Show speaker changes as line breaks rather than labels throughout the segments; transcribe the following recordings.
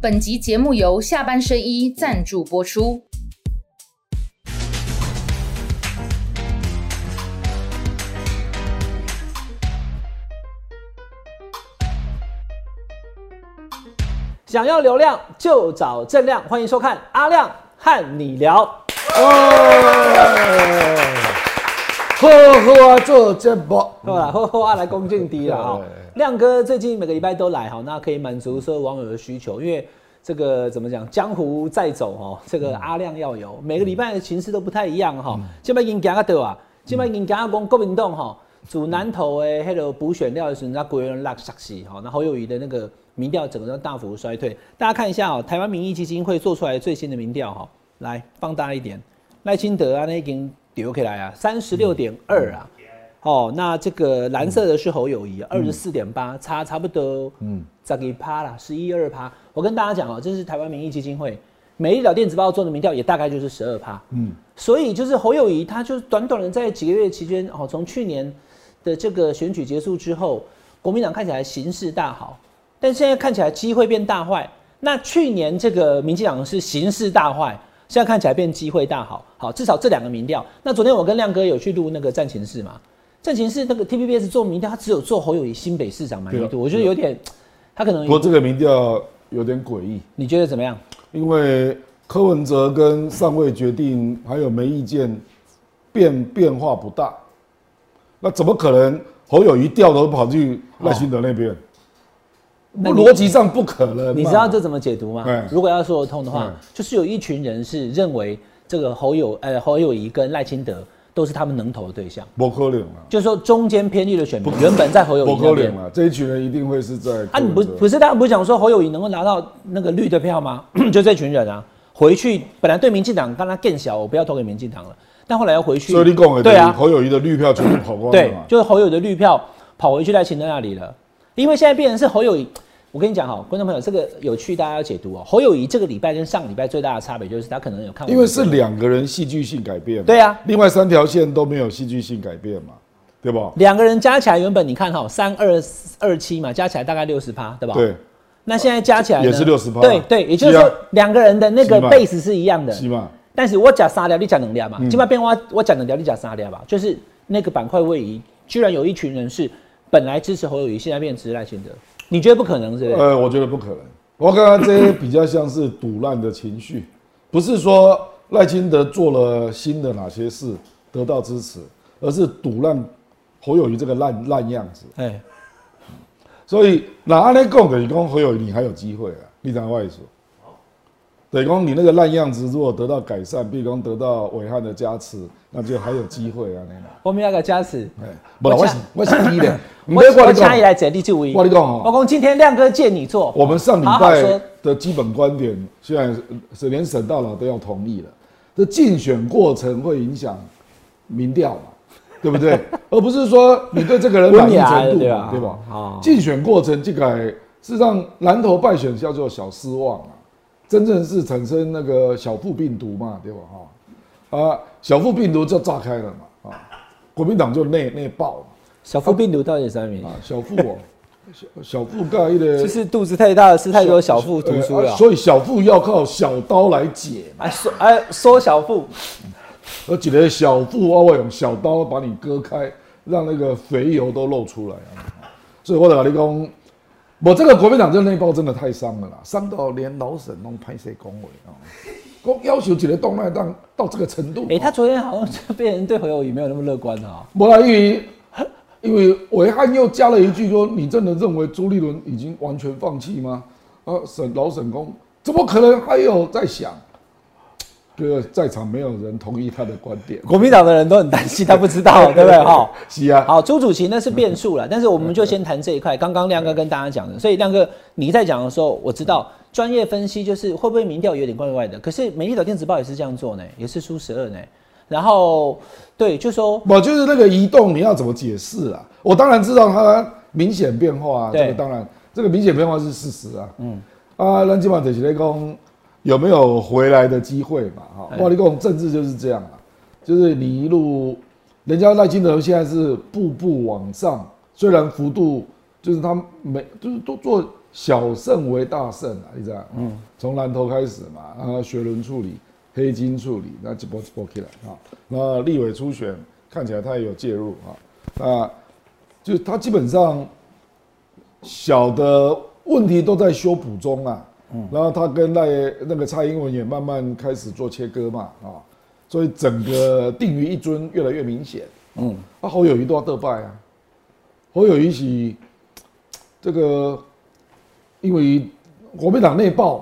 本集节目由下半身衣赞助播出。
想要流量就找正亮，欢迎收看阿亮和你聊。
哦，好好啊，做节目，
好啦，后后啊来攻进低了哈
对。
亮哥最近每个礼拜都来哈，那可以满足所有网友的需求，因为这个怎么讲，江湖再走哦，这个阿亮要有，每个礼拜的形式都不太一样哈。现在已经行到倒啊，现在已经行到讲国民党哈，主南投的迄个补选料的时候，那国人落下死哈，那侯友谊的那个民调整个都大幅衰退。大家看一下哦，台湾民意基金会做出来最新的民调哈，来放大一点，赖清德啊那已经丢起来啊，三十六点二啊。哦，那这个蓝色的是侯友谊，二十四点八，差差不多，嗯，大概趴啦，十一二趴。我跟大家讲哦，这是台湾民意基金会《每日岛电子报》做的民调，也大概就是十二趴，嗯，所以就是侯友谊，他就是短短的在几个月期间，哦，从去年的这个选举结束之后，国民党看起来形势大好，但现在看起来机会变大坏。那去年这个民进党是形势大坏，现在看起来变机会大好。好，至少这两个民调。那昨天我跟亮哥有去录那个战情室嘛，战情室那个 TVBS 做民调，他只有做侯友谊新北市长满意
对
度，
啊
我觉得有点，他可能
不过这个民调有点诡异，
你觉得怎么样？
因为柯文哲跟尚未决定还有没意见，变变化不大，那怎么可能侯友谊掉头跑去赖清德那边？
那
不
你
逻辑上不可能嘛。
你知道这怎么解读吗
嗯？
如果要说得通的话
啊嗯，
就是有一群人是认为这个侯友呃侯友谊跟赖清德都是他们能投的对象，
不可能啊，
就是说中间偏绿的选民原本在侯友谊
不
那
可
边
能。啊，这一群人一定会是在
啊，
柯
你
文
不
哲
不是大家不是讲说侯友谊能够拿到那个绿的票吗？ 就这群人啊，回去本来对民进党跟他更小，我不要投给民进党了，但后来要回去，
所以你讲的
对啊，
侯友谊的绿票全部跑光了
对
嘛，？
就是侯友的绿票跑回去赖清德那里了，因为现在变成是侯友宜。我跟你讲哈，观众朋友，这个有趣，大家要解读哦。侯友宜这个礼拜跟上礼拜最大的差别就是他可能有看我们的节目，
因为是两个人戏剧性改变嘛，
对啊
另外三条线都没有戏剧性改变嘛，对吧？
两个人加起来，原本你看哈三二二七嘛，加起来大概六十趴，对吧？
对，
那现在加起来呢
也是60%
对对，也就是
是
说
啊
两个人的那个
是嘛
base 是嗯一样的，
是嘛？
但是我讲三条，你讲能量嘛，基本变我我讲能量，你讲三条吧，就是那个板块位移，居然有一群人是本来支持侯友谊，现在变成支持赖清德，你觉得不可能是不是？
呃，我觉得不可能。我刚刚这些比较像是赌烂的情绪，不是说赖清德做了新的哪些事得到支持，而是赌烂侯友谊这个烂烂样子。
哎、
所以那安尼讲就是讲侯友宜你还有机会啊，你讲外说，等于讲你那个烂样子如果得到改善，比如讲得到伟汉的加持，那就还有机会啊，你啦。
我们要个加持。
哎，不啦，
我
我
恰
是我是低的，不
我
要
我
你讲
请伊来坐，你就位。
我跟你讲哦
我讲今天亮哥借你做，
我们上礼
好好说
拜的基本观点，虽然是连沈大佬都要同意了，这竞选过程会影响民调嘛， 对不对？而不是说你对这个人满意程度
温雅
嘛，
的对吧
对吧
哦？
竞选过程这个是让南投败选叫做小失望啊，真正是产生那个小腹病毒嘛，对吧？哈啊，小腹病毒就炸开了嘛，啊，国民党就内内爆嘛。
小腹病毒到底是什么名？
啊，小腹哦，小小腹盖一个，
就是肚子太大了，吃太多小腹毒素
呃
了
啊。所以小腹要靠小刀来解嘛。
哎缩哎缩小腹，
而且呢，小腹啊，我用小刀把你割开，让那个肥油都露出来啊。所以我的跟你讲，我这个国民党这内爆真的太伤了啦，伤到连老沈都拍谁恭维啊，光要求起来动乱到到这个程度。
哎、他昨天好像就变成对侯友谊没有那么乐观了、哦。
莫来为因为维汉又加了一句说：“你真的认为朱立伦已经完全放弃吗？”啊，沈老沈公怎么可能还有在想？这个在场没有人同意他的观点。
国民党的人都很担心，他不知 道，对不对？哈、
是啊，
好，朱主席那是变数
嗯
了，但是我们就先谈这一块。刚刚亮哥跟大家讲的，所以亮哥你在讲的时候，我知道专业分析就是会不会民调有点怪怪的，可是美丽岛电子报也是这样做呢，也是输十二呢。然后对，就说
我就是那个移动，你要怎么解释啊？我当然知道它明显变化啊，
对
这个当然，这个明显变化是事实啊。嗯，啊，那基本上就是在讲有没有回来的机会嘛？哈，我跟你讲政治就是这样啊，就是你一路，人家赖清德现在是步步往上，虽然幅度就是他每就是都做小胜为大胜啊，你知道？嗯，从南投开始嘛，然后学轮处理、黑金处理，那一波一波起来啊。那立委初选看起来他也有介入啊，那就他基本上小的问题都在修补中啊。然后他跟赖那个蔡英文也慢慢开始做切割嘛啊，所以整个定于一尊越来越明显。嗯，啊侯友谊都要得败啊，侯友谊是这个因为国民党内爆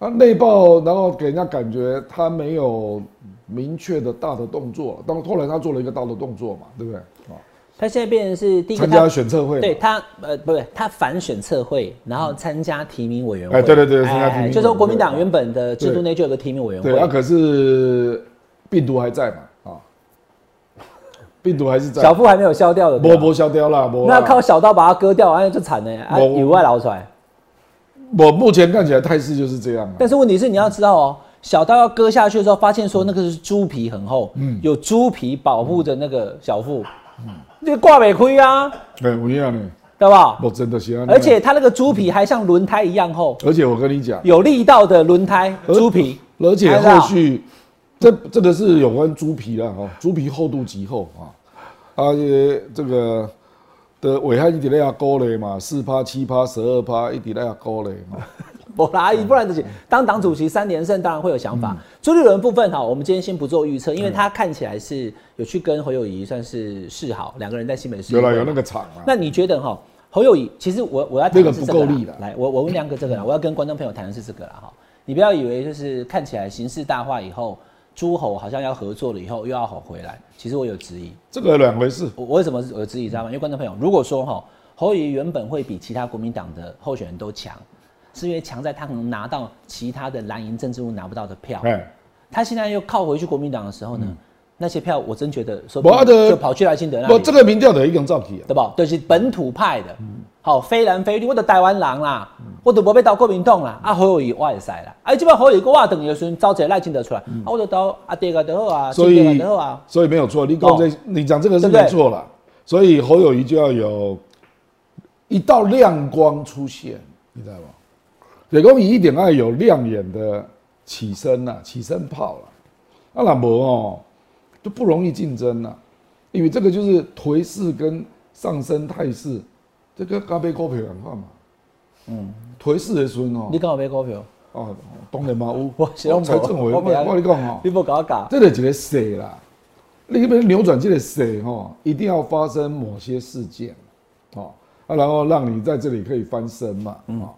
嘛，啊内爆，然后给人家感觉他没有明确的大的动作，到后来他做了一个大的动作嘛，对不对？啊，
他现在变成是第一个
参加
他
选测会嘛，
对他呃不是他反选测会，然后参加提名委员会。
哎对对对参加提名委员会
就说国民党原本的制度内就有个提名委员会。
对啊，可是病毒还在嘛啊， 病毒还是在，
小腹还没有消掉的，对
波
吧
波啊消掉啦，没啦
那靠小刀把它割掉，哎就惨了，啊
我
有外劳出来。
我目前看起来态势就是这样啊。
但是问题是你要知道哦，小刀要割下去的时候，发现说那个是猪皮很厚，
嗯
有猪皮保护着那个小腹，这挂尾盔啊，
哎、我跟你讲呢，
对吧？
我真的喜欢。
而且它那个猪皮还像轮胎一样厚，
啊而且我跟你讲，
有力道的轮胎
而
猪皮。
而且
还是啊
后续这这个是有关猪皮了哈，猪皮厚度极厚啊，而且这个的危害一点那高嘞嘛，四趴、七趴、十二趴，一点那高嘞嘛。
不啦，不然就是当党主席三连胜，当然会有想
嗯
法。朱立伦部分哈，我们今天先不做预测，因为他看起来是有去跟侯友谊算是示好，两个人在新北市。
有了有那。个厂啊，
那你觉得哈，侯友谊其实我我要谈的是这个
那个不
啦
够力啦
来，我我问亮哥这 个啦，我要跟观众朋友谈的是这个啦哈。你不要以为就是看起来形势大化以后，诸侯好像要合作了以后又要吼回来，其实我有质疑。
这个两回事。
我我为什么有质疑
嗯
知道吗？因为观众朋友，如果说哈侯友宜原本会比其他国民党的候选人都强，是因为强在他可能拿到其他的蓝营政治物拿不到的票，
哎，
他现在又靠回去国民党的时候呢，那些票我真觉得说
我嗯的
就跑去赖清德那
我
里，
这个民调的一种照起啊，
对不？就是本土派的，好、非蓝非绿，我的台湾人啦，我都不被到国民党啦，啊侯友宜我也使啦，啊这边侯友宜我也等于时候招一个赖清德出来，啊我就到阿爹个就好啊，
嗯所
亲
以
爹就好啊。
所以没有错，你讲这你讲这个
对
是
哦不对
没错啦。所以侯友谊就要有一道亮光出现，你知道吗？也讲伊一定要有亮眼的起身啦，起身炮啦。啊，那无哦，就不容易竞争啦，因为这个就是颓势跟上升态势，这个咖啡股票两块嘛。嗯，颓势的时候
你
哦，
敢有买股票？
哦，当然嘛有，
我是拢无
财政委员
我
我
不要
我跟你讲哦。
你不搞搞？
这个一个势啦，你那边扭转这个势吼，一定要发生某些事件，哦，啊，然后让你在这里可以翻身嘛，哦，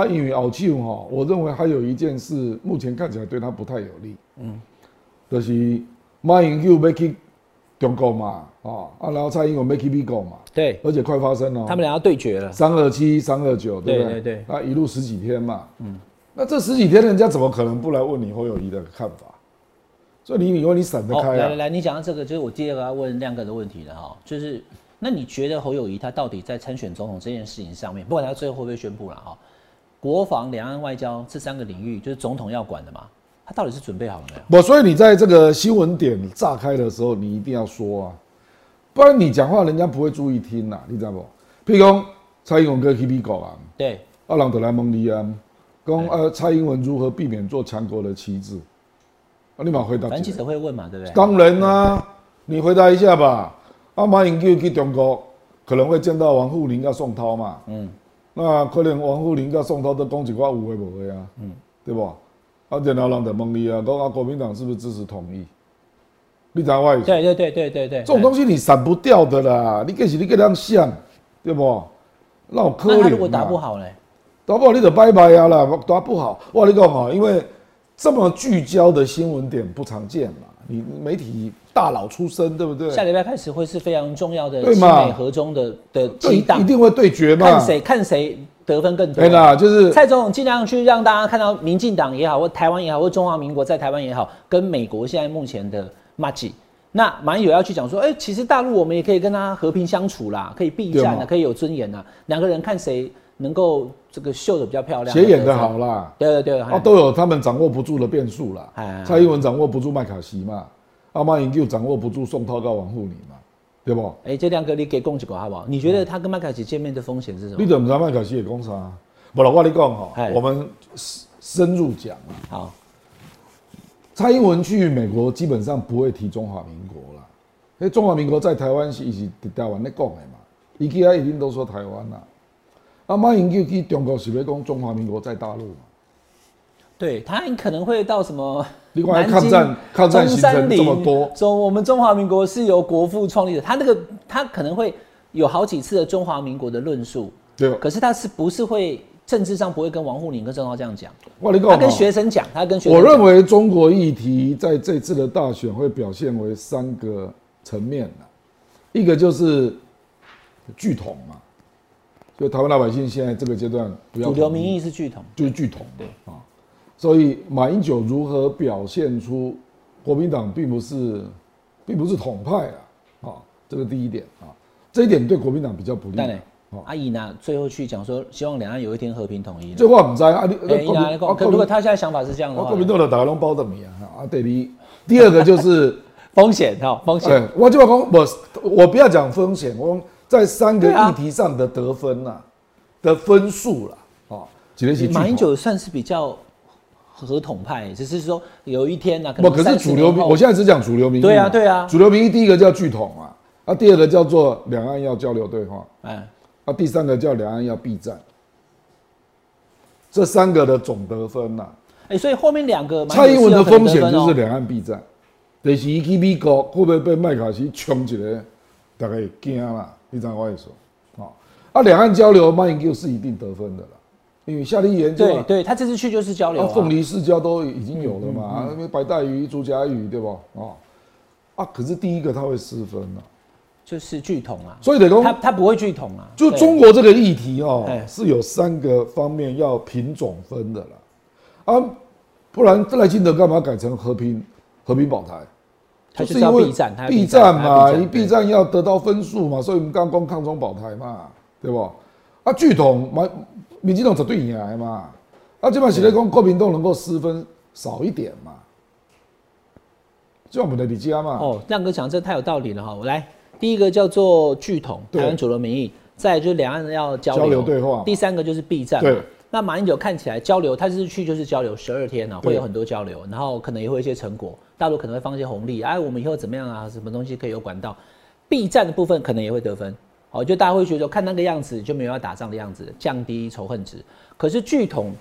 啊，因为奥气哈，我认为还有一件事，目前看起来对他不太有利，嗯，就是马英九要去中国嘛，哦，啊，然后蔡英文要去美国嘛，
对，
而且快发生了、哦
他们俩要对决了。
三二七、三二九，对不
对
对？
对
啊，一路十几天嘛，嗯，那这十几天人家怎么可能不来问你侯友谊的看法？所以你以为你闪得
好，哦
开
来来
啊？
来，你讲到这个，就是我第二个要问亮哥的问题了哈，就是那你觉得侯友谊他到底在参选总统这件事情上面，不管他最后会不会宣布了哈，国防、两岸外交这三个领域就是总统要管的嘛，他到底是准备好了没有？
我、所以你在这个新闻点炸开的时候，你一定要说啊，不然你讲话人家不会注意听呐、你知道不？譬如讲蔡英文跟 K B 狗啊，
对，
阿朗德莱蒙利安，啊讲呃蔡英文如何避免做强国的棋子，啊，立马回答
反
一个。
正记者会问嘛，对不对？
当然啦、啊你回答一下吧。啊，马英九去中国，可能会见到王沪宁跟宋涛嘛。嗯，那可能王沪宁跟宋涛都讲一寡有的无的啊。嗯，对吧？啊，然后人就问你啊，讲啊，国民党是不是支持统一？你知道我的意思？
对对对对对对，
这种东西你闪不掉的啦，你更是你跟人想，对不？那我可
那
怜、啊。
他如果打不好嘞，
打不好你就拜拜啊啦，打不好，我跟你讲啊，因为这么聚焦的新闻点不常见嘛，你媒体大佬出身，对不对？
下礼拜开始会是非常重要的
对
亲
嘛
美合中的的
对，
激荡
一，定会对决嘛。
看谁看谁得分更多
对。啦，就是
蔡总统尽量去让大家看到民进党也好，或台湾也好，或中华民国在台湾也好，跟美国现在目前的 m a 那马英九要去讲说，哎、其实大陆我们也可以跟他和平相处啦，可以避战
对
啊，
嘛
可以有尊严啊，两个人看谁能够这个秀的比较漂亮，
斜眼的好啦，
对对对，
啊，
哦
都有他们掌握不住的变数啦
哎。
蔡英文掌握不住麦卡锡嘛，阿马英九掌握不住宋涛跟王沪宁嘛，对不？
哎、这亮哥，你给供几个好不好？你觉得他跟麦凯奇见面的风险是什
你
么？
怎么知道麦凯西也讲啥？不了，我跟你讲哈
哎，
我们深深入讲啊，
好，
蔡英文去美国基本上不会提中华民国啦，因为中华民国在台湾是一直伫台湾咧讲的嘛，伊其他一定都说台湾啦。啊，马英九去中国是要讲中华民国在大陆嘛？
对他很可能会到什么
你看
南京？
抗战 抗战
中
形
山
成
陵
这么多
中我们中华民国是由国父创立的，他那个他可能会有好几次的中华民国的论述，
对吧？
可是他是不是会政治上不会跟王沪宁跟郑浩这样讲？
我跟你
他
讲
跟
哈，
学生讲，他跟学生
我
讲
认为中国议题在这次的大选会表现为三个层面啦一个就是巨统嘛，就台湾老百姓现在这个阶段不要
主流
统
民意是巨统，
就是巨统对啊，所以马英九如何表现出国民党并不是并不是统派啊啊，这个第一点啊，这一点对国民党比较不利
但呢
啊。，
阿姨呢最后去讲说，希望两岸有一天和平统一。
这话我们知道啊，你
哎伊呢
我
讲可如果他现在想法是这样的
我
话
国，民党的大家拢包得米啊啊，第二第二个就是。
风险哈，风险
哎，我就要讲，我我不要讲风险，我们在三个
对啊
议题上的得分呐、的分数啦，哦，几个是
马英
巨头，
九算是比较合统派，只是说有一天啊呢，
不，可是
30
主流
年
民，
后
我现在只讲主流民意嘛，
对啊对啊
主流民意第一个叫巨统嘛，啊，第二个叫做两岸要交流对话，
哎，
啊，第三个叫两岸要避战，这三个的总得分呐、
哎，所以后面两个马
蔡
英
英
九是
文的
有可能
风
得
险
分哦
就是两岸避战，就是伊去美国会不会被麦卡锡冲一个，大概惊啦，你知道我意思？哦，啊，两岸交流马英九是一定得分的啦，因为夏立言就
对
啊
对，他这次去就是交流啊嗯
凤梨世家都已经有了嘛，啊那边白带鱼、竹夹鱼对不？哦，啊，可是第一个他会失分啊，
嗯就是巨统啊，
所以得讲
他他不会巨统啊，
就
对
中国这个议题哦
哎，
是有三个方面要品种分的啦，啊，不然赖清德干嘛改成和平和平保台？
他就是要避战，他要
避战
他
嘛，
要
你避战要得到分数嘛，所以我们刚刚抗中保台嘛，对不？啊，巨统嘛，民进党绝对赢来嘛，啊，这边是在讲国民党能够失分少一点嘛，就我们的李家嘛，
哦，亮哥讲这太有道理了哈。我哦来，第一个叫做巨统，
对
台湾主流民意；再来就是两岸要交流
交流对话
第三个就是避战。
对。
那马英九看起来交流，他就是去就是交流十二天啊，
对
会有很多交流，然后可能也会有一些成果，大陆可能会放一些红利，哎，我们以后怎么样啊，什么东西可以有管道，避战的部分可能也会得分，哦，就大家会觉得看那个样子就没有要打仗的样子，降低仇恨值。可是巨统，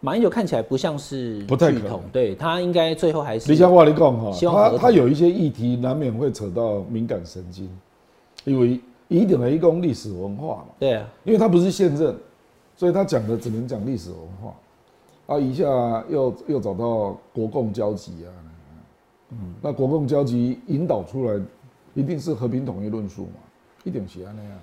马英九看起来不像是
不太可
巨
能
统，对他应该最后还是
李强话你讲哈，
希望合
他
同
他有一些议题难免会扯到敏感神经，因为一定的一种历史文化嘛，
对啊，
因为他不是现任，所以他讲的只能讲历史文化，啊，一下又又找到国共交集啊，嗯，那国共交集引导出来，一定是和平统一论述嘛，一点喜欢那样，啊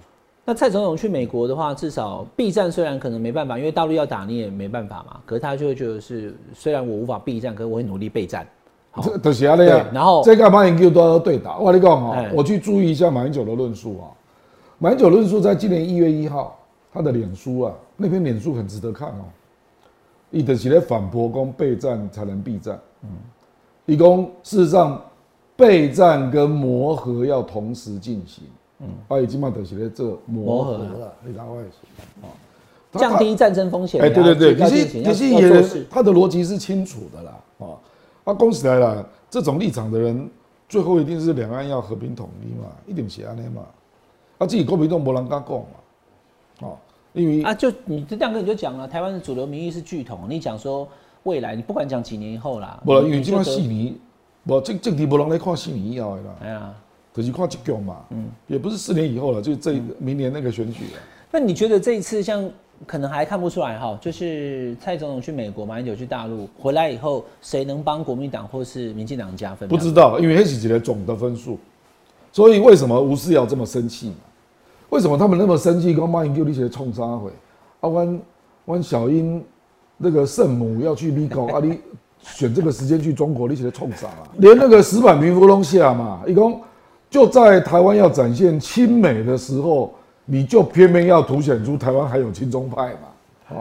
那蔡总统去美国的话，至少 B 站虽然可能没办法，因为大陆要打你也没办法嘛。可是他就会觉得是，虽然我无法避战，可是我会努力备战。好，
这都喜欢那样。
对然后
这个马英九都要对打，我跟你讲哈
哎，
我去注意一下马英九的论述啊，马英九论述在今年一月一号，他的脸书啊，那篇脸书很值得看哦。伊就是咧反驳讲备战才能避战，嗯，伊讲事实上备战跟磨合要同时进行，嗯，啊，伊即嘛就是咧做磨合
磨合
了，你哪会说啊？他
降低战争风险啊。
哎、对对对，
要
可是
进行
可是
要要做
也
事
他的逻辑是清楚的啦，啊、啊，恭喜来了，这种立场的人，最后一定是两岸要和平统一嘛，一定是安尼嘛，啊，自己国民党没人敢讲嘛，哦，因为、
啊，就你这亮哥你就讲了，台湾的主流民意是巨统，你讲说未来，你不管讲几年以后啦，
无啦，因为
你
即
就
摆
得
四年，无政政治无人来看四年以后的啦，
哎呀。
就是看一局嘛，嗯，也不是四年以后了，就这
嗯
明年那个选举了。
那你觉得这一次像可能还看不出来哈，就是蔡总统去美国，马英九去大陆，回来以后谁能帮国民党或是民进党加分？
不知道，因为黑喜几的总的分数，所以为什么吴思瑶这么生气嘛？为什么他们那么生气？跟马英九你些冲杀回，啊，弯弯小英那个圣母要去美国，啊，你选这个时间去中国，你些冲啥啊？连那个石板民夫拢下嘛，一共就在台湾要展现亲美的时候，你就偏偏要凸显出台湾还有亲中派嘛。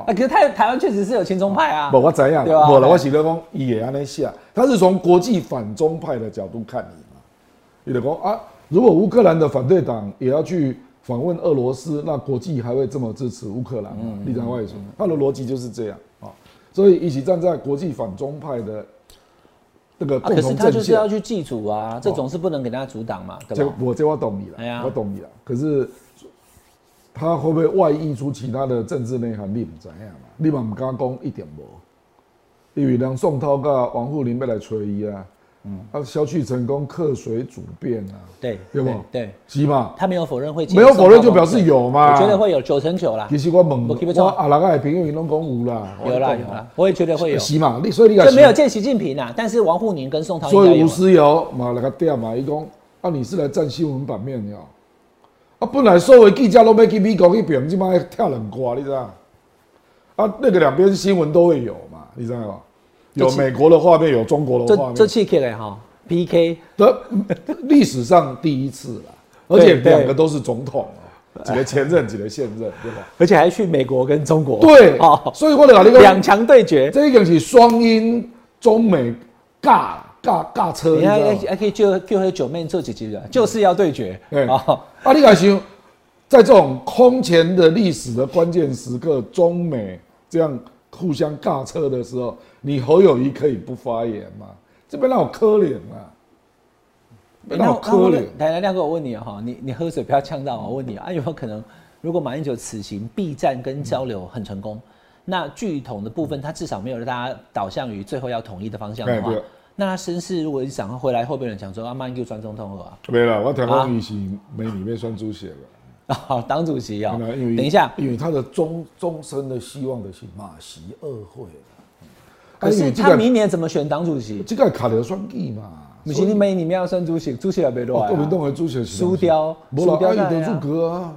啊，可是台台湾确实是有亲中派啊。
不，我怎样？
对啊
不了，我是咧讲，伊会安尼写，他是从国际反中派的角度看你嘛。伊就讲啊，如果乌克兰的反对党也要去访问俄罗斯，那国际还会这么支持乌克兰
嗯
吗？立场外说，他的逻辑就是这样啊。所以，一起站在国际反中派的那个
啊，可
共
是
同
他
阵
就是
线，
要去祭祖啊，这种是不能给他阻挡嘛，对
哦这
吧？
我这我懂你
哎呀
了，我懂你了。可是他会不会外溢出其他的政治内涵？你不知影嘛？你嘛唔敢讲一点无，因为梁宋涛跟王沪宁要来吹伊啊，嗯，啊，萧旭成功客随主便啊，
对，
有无
对，对
是嘛？
他没有否认会，
没有否认就表示有嘛
我觉得会有九成九啦
其，实我问
我基本
我
上
阿拉个朋友伊拢讲哦
有
有啦，
啦
我
有
讲
啦，我也觉得会有，
是嘛？你所以你
就
讲
没有见习近平啦，但是王沪宁跟宋涛应
所
该
以
有
吴
啊。
思瑶嘛来个点嘛，伊讲啊，你是来占新闻版面的哦。啊，本来所有记者都要去美国那边，即摆跳冷瓜，你知道？啊，那个两边新闻都会有嘛，你知道吗？有美国的画面，有中国的画
这
面
这，气起来哈，PK
这历史上第一次啦，而且
对对
两个都是总统哦，几个前任，几个现任，对吧？
而且还去美国跟中国，
对
哦，，
所以我就跟你讲
两，强对决，
这个是双英中美尬尬尬车，你
你
知道
还还
吗？
还可以就就和九妹做几集的，
嗯
就是要对决
哎、
哦
啊，你敢想，在这种空前的历史的关键时刻，中美这样互相尬车的时候，你侯友谊可以不发言吗？这边让我磕脸啊，
欸
边让我磕
我啊
脸。
来来，亮哥，我问你哈，你你喝水不要呛到啊！我问你啊，有没有可能，如果马英九此行避战
嗯
跟交流很成功，那聚统的部分，他至少没有让大家导向于最后要统一的方向的
哎
话
对，
那他绅士如果一想要回来，会不会有人讲说啊，马英九专总统了
没了，我台
啊
湾语是没里面算猪血了。
啊？ 啊，党主席啊、
对吧因为哎
等一下，
因为他的终终身的希望的是马习二会啦。
可
啊因
是
为这
他
个
明年怎么选党主席？
这个卡了双计嘛，
米其林美里面要选主席，主席也别落
哦
来
国民党
啊。
诶主席是
输掉
无啦，
输掉
啊，伊
哪
得
会啊
入阁啊，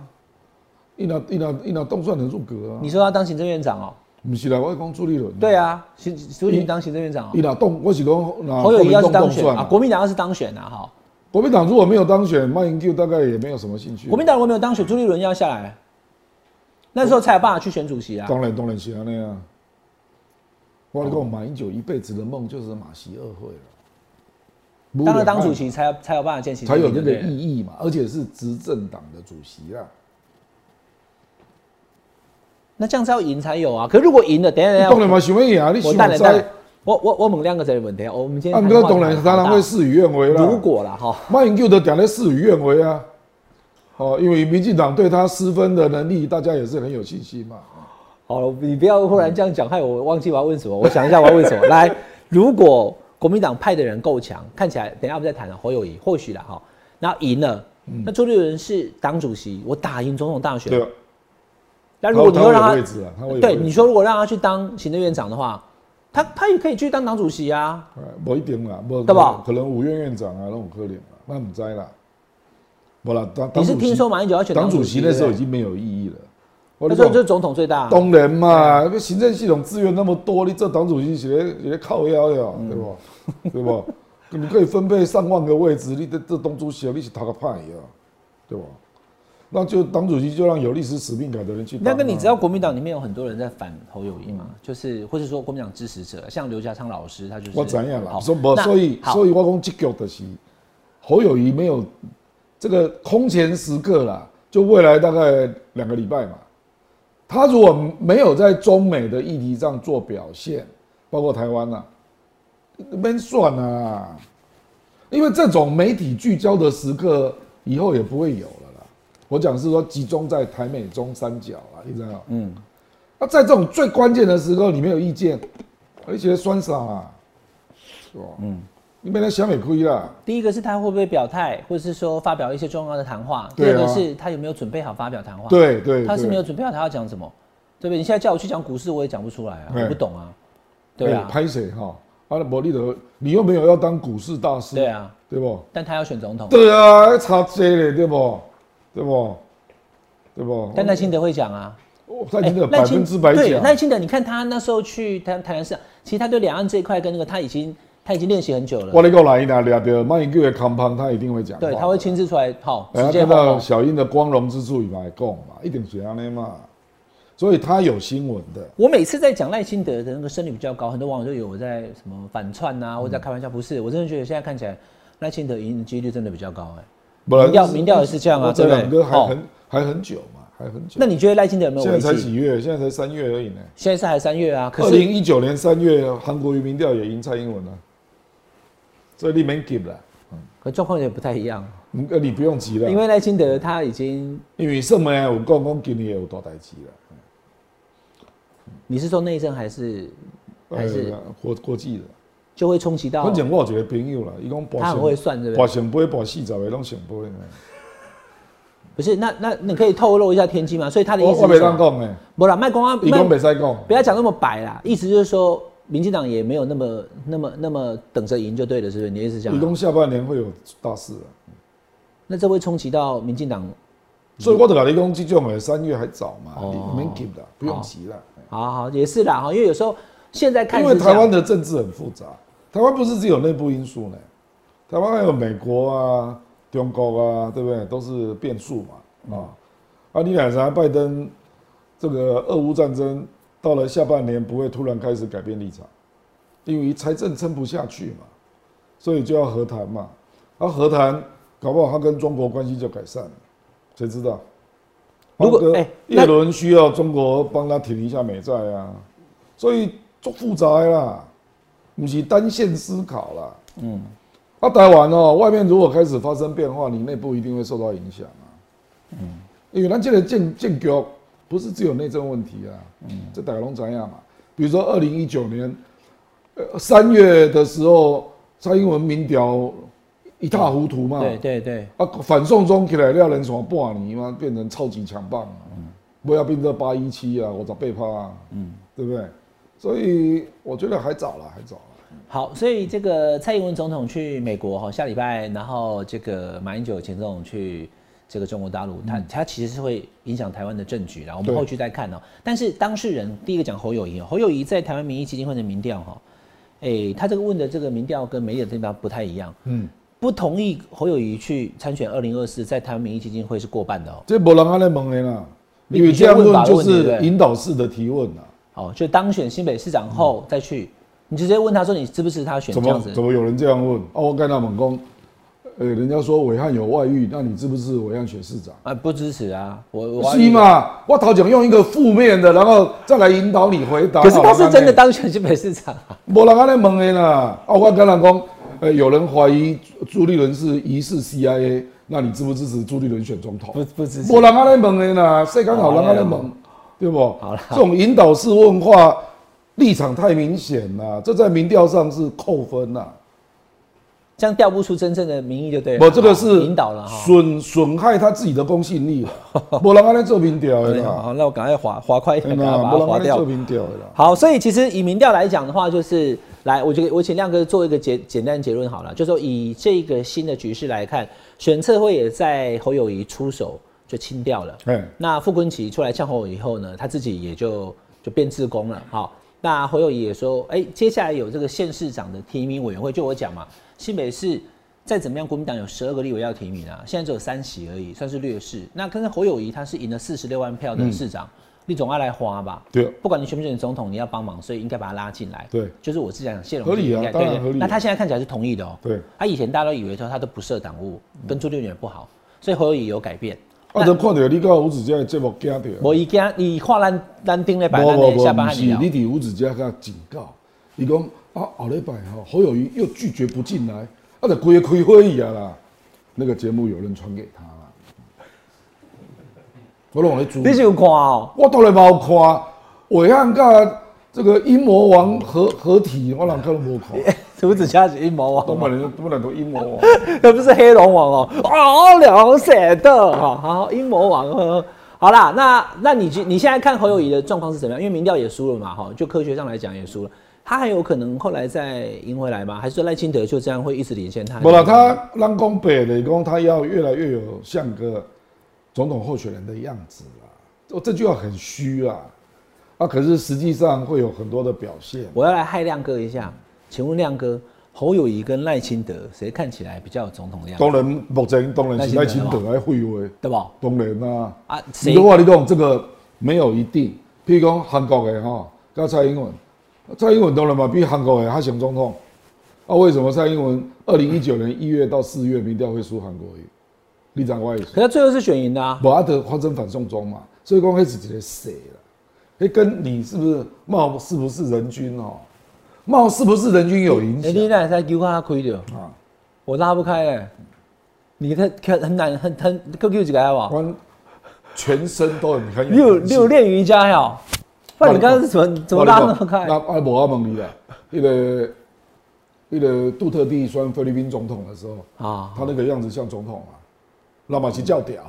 伊若伊若伊若当选能入阁啊
你。说他当行政院长哦、
毋是啦，我是讲朱立伦。
对，啊，
嗯
行，主席当行政院长哦、
伊若当，我是讲若
侯友谊要是当
选
选啊，国民党要是当选啊，哈。
国民党如果没有当选，马英九大概也没有什么兴趣。啊
国民党如果没有当选，朱立伦要下来，那时候才有办法去选主席啊。
当然当然是安尼啊。我跟你讲，马英九一辈子的梦就是马习二会了。
当了党主席才有才有办法见习，
才有那个
对不对
意义嘛，而且是执政党的主席啊。
那这样才要赢才有啊。可如果赢了，等一下等一下，
当然嘛，想要赢啊，你
我
想
蛋了蛋了
在，。啊
我我我猛亮个这个问题，啊我们今天
按
谈
哥
话题
当然
很
当然
大
会事与愿违啦。
如果啦哈，
马英九的讲的事与愿违啊，哦，因为民进党对他失分的能力，大家也是很有信心嘛。
好了，你不要忽然这样讲，害我忘记我要问什么。我想一下我要问什 么。来，如果国民党派的人够强，看起来等一下我们再谈啊了。侯友谊或许啦哈，然后赢了，
嗯
那朱立伦是党主席，我打赢总统大选，
对啊，
那如果你
他
又
会
让
有
他
位置啊，他会有
对
位置
你说，如果让他去当行政院长的话，他他也可以去当党主席啊。
哎不一定啦，不
对吧
可能五院院长啊，那种可怜啦，那唔知道啦，不啦，当
你
当
是
主席
听说马英九要选
党主席那时候已
经，
经没有意义了。我
那时
跟
候
你
就是
讲，
总统最大。啊
当然嘛，那个行政系统资源那么多，你这党主席是咧是咧靠腰的
嗯
哦，对不？ 对不？你可以分配上万个位置，你这这党主席你是他个派呀，对吧？那就党主席就让有历史使命感的人去当啊。
那个你知道国民党里面有很多人在反侯友谊嘛？就是或是说国民党支持者，像刘家昌老师，他就是
我怎样啦？
好
所以不
那
所以
好
所以我讲这局就是侯友谊没有这个空前时刻啦，就未来大概两个礼拜嘛，他如果没有在中美的议题上做表现，包括台湾呐、啊，没算啊，因为这种媒体聚焦的时刻以后也不会有了啦。我讲是说集中在台美中三角啊，你知道吗？嗯，那在这种最关键的时刻，你没有意见，而且酸傻啊，是吧？嗯，你没来想美啊亏啦，
第一个是他会不会表态，或是说发表一些重要的谈话；第
对
二
啊
个是他有没有准备好发表谈话。，
对对，
他是没有
对
准备好，他要讲什么，对不对？你现在叫我去讲股市，我也讲不出来啊，
对
我不懂啊。对
哎
啊，
拍谁哈？啊，伯利德，你又没有要当股市大师，
对，啊，
对不？
但他要选总统。
对啊，还差这嘞，对不？对不？对不？
但赖清德会讲啊，
哦赖清德
哎赖
百
清
分之百
对，
讲，
赖清德，你看他那时候去台台南市，啊其实他对两岸这一块跟那个他已经他已经练习很久
我
了，
那个来拿俩的马英九的康胖，他一定会讲话。
对，他会亲自出来，好，
哎。
直
他
接
看
报
到
告。
小英的光荣之处，伊来讲嘛，一定是安尼嘛，所以他有新闻的。
我每次在讲赖清德的那个声率比较高，很多网友就以为我在什
嗯
么反串啊，或者在开玩笑，不是，我真的觉得现在看起来赖清德赢的几率真的比较高哎、
本来
民调民调也是这样啊
这
对不对
两个还
哦
很还很久嘛，还很久。
那你觉得赖清德有没有
现
危
在才几
机？
月？现在才三月而已呢。
现在是还三月啊，可
二
是
零一九年三月，韩国瑜民调也赢蔡英文了，所以你没急了，
可状况也不太一样，
嗯呃，你不用急了，
因为赖清德他已经，
因为什么呀？我讲讲今年也有大代志了，
你是说内政还是还是
呃国国际的。
就会冲击到
反？正我有一个朋友啦，伊讲
他很会算，对不
跋
对？
上杯跋四十个拢上杯。
不是，那那你可以透露一下天机吗？所以他的意
我
思
我
是
袂
什
当
么，
讲诶，
不啦，卖光啊，
伊讲
卖
袂使讲
不。要讲那么白啦，意思就是说，民进党也没有那么那么那么等着赢就对了，是不是？你的意思是这
伊
样啊？
讲下半年会有大事啊，
那这会冲击到民进党？
所以我就甲你讲，这种诶三月还早嘛，
哦
你你免急啦，不用急啦。
好好，也是啦哈，因为有时候现在看
因
是
为
这样
台湾的政治很复杂，台湾不是只有内部因素呢，台湾还有美国啊、中国啊，对不对？都是变数
嗯
嘛。啊、啊，你奶茶拜登这个俄乌战争到了下半年不会突然开始改变立场，因为财政撑不下去嘛，所以就要和谈嘛。啊，和谈搞不好他跟中国关系就改善了，谁知道？
如果
包括
哎那
叶伦需要中国帮他挺一下美债啊，所以足复杂的啦，不是单线思考啦。嗯，啊，台湾哦，外面如果开始发生变化，你内部一定会受到影响啊。嗯，因为咱这个建建局不是只有内政问题啊，嗯，这打龙怎样嘛？比如说二零一九年，呃，三月的时候，蔡英文民调一塌糊涂嘛，
对对对，
啊，反送中起来了人什么半年嘛，变成超级强棒啊，
嗯
不要变成八一七啊，我找背叛啊，嗯，对不对？所以我觉得还早了，还早了。
好，所以这个蔡英文总统去美国哈，下礼拜，然后这个马英九前总统去这个中国大陆，他
嗯
他其实是会影响台湾的政局啦，我们
对
后续再看哦、但是当事人第一个讲侯友谊哦，侯友谊在台湾民意基金会的民调哈，哎、他这个问的这个民调跟媒体的地方不太一样，
嗯，
不同意侯友谊去参选二零二四，在台湾民意基金会是过半的哦、
这没人安尼问的啦，
你
因为这样
你先问
问
吧
就
问对
是
不对
引导式的提问啊，
哦，就当选新北市长后再去，你直接问他说你支不支持他选
怎
这样
么
子
怎，么有人这样问？啊，我跟他们讲，呃，人家说伟汉有外遇，那你支不支持伟汉选市长？
啊不支持啊，我我
是嘛？我头前用一个负面的，然后再来引导你回答。
可是他
好
是
难
真的
欸
当选新北市长、 啊，
无人安尼问的啦。啊，我跟人讲，呃，有人怀疑朱立伦是疑似 CIA，那你支不支持朱立伦选总统？
不不支持
无。人安尼问的啦，世间好人安尼问，对不？
好啦
这种引导式问话立场太明显啦，这在民调上是扣分啦。
这样调不出真正的民意就对了。
我这个
哦
是
引导了哈。
损损害他自己的公信力 啦。无人安尼做民调的
对
啦，
好，那我赶快划划快一点，
真
赶
的
快
啦，
把它
无人
划
安尼
掉
做。民调的啦。
好，所以其实以民调来讲的话，就是来，我觉得我请亮哥做一个结简单结论好了，就说以这个新的局势来看，选测会也在侯友谊出手就清掉了。
哎，
那傅昆奇出来呛侯友宜以后呢，他自己也就就变自宫了。好，那侯友宜也说，哎、接下来有这个县市长的提名委员会，就我讲嘛，新北市再怎么样，国民党有十二个立委要提名啊，现在只有三席而已，算是劣势。那跟侯友宜他是赢了四十六万票的市长，你总要来花吧？
对
不管你选不选总统，你要帮忙，所以应该把他拉进来。
对
就是我之前讲谢龙
合理啊
应该
当然
对对
合理啊
那他现在看起来是同意的哦、
对，
他以前大家都以为说他都不设党务，跟朱立伦也不好，所以侯友宜有改变。
我都啊看到你跟吴子嘉的节目惊到。
无伊惊，伊看咱咱顶礼拜咱
无
的
无
下
无，
班
不
汉哦
是，
聊
你，伫五指家甲警告，伊讲啊，后礼拜吼侯友谊又拒绝不进来，啊，就规个开会议啊啦。那个节目有人传给他啦，我拢咧注
你是
意，
有看哦、
我当然嘛有看，伟汉甲这个阴魔王合合体，我人可能无看，
胡子家是阴谋
东
王，
本人本来都阴魔 王，
那不是黑龙王哦、哦，了解的，好好阴谋王，呵呵好啦，那那你你现在看侯友谊的状况是怎么样？因为民调也输了嘛，哈，就科学上来讲也输了，他还有可能后来再赢回来吗？还是说赖清德就这样会一直领先他？
无啦，他咱讲白的讲他要越来越有像个总统候选人的样子啦，哦，这句话很虚啊，啊，可是实际上会有很多的表现。
我要来害亮哥一下，请问亮哥，侯友谊跟赖清德谁看起来比较有总统的样子？
当然，目前当然是赖清德来会位，
对吧？
当然啦、啊。
啊，
你
谁
的话，你讲这个没有一定，譬如讲韩国的哈，跟蔡英文，蔡英文当然嘛比韩国的还选总统。啊，为什么蔡英文二零一九年一月到四月民调会输韩国瑜？你知道我的意思？
可他最后是选赢的啊。
无阿德发生反送中嘛，所以讲迄是一个谁啦？迄跟你是不是貌是不是人均哦？貌是不是人均有影
哎、你
响
那才球看他开掉，
啊？
我拉不开哎、你看看很难很很，Q Q 几个好不好？
关全身都很很
六
有影响
六练瑜伽呀，不然你刚刚是怎么怎么拉那么开
那？啊，无我问你啦，迄个迄个杜特地选菲律宾总统的时候，
啊，
他那个样子像总统啊，那马奇叫屌，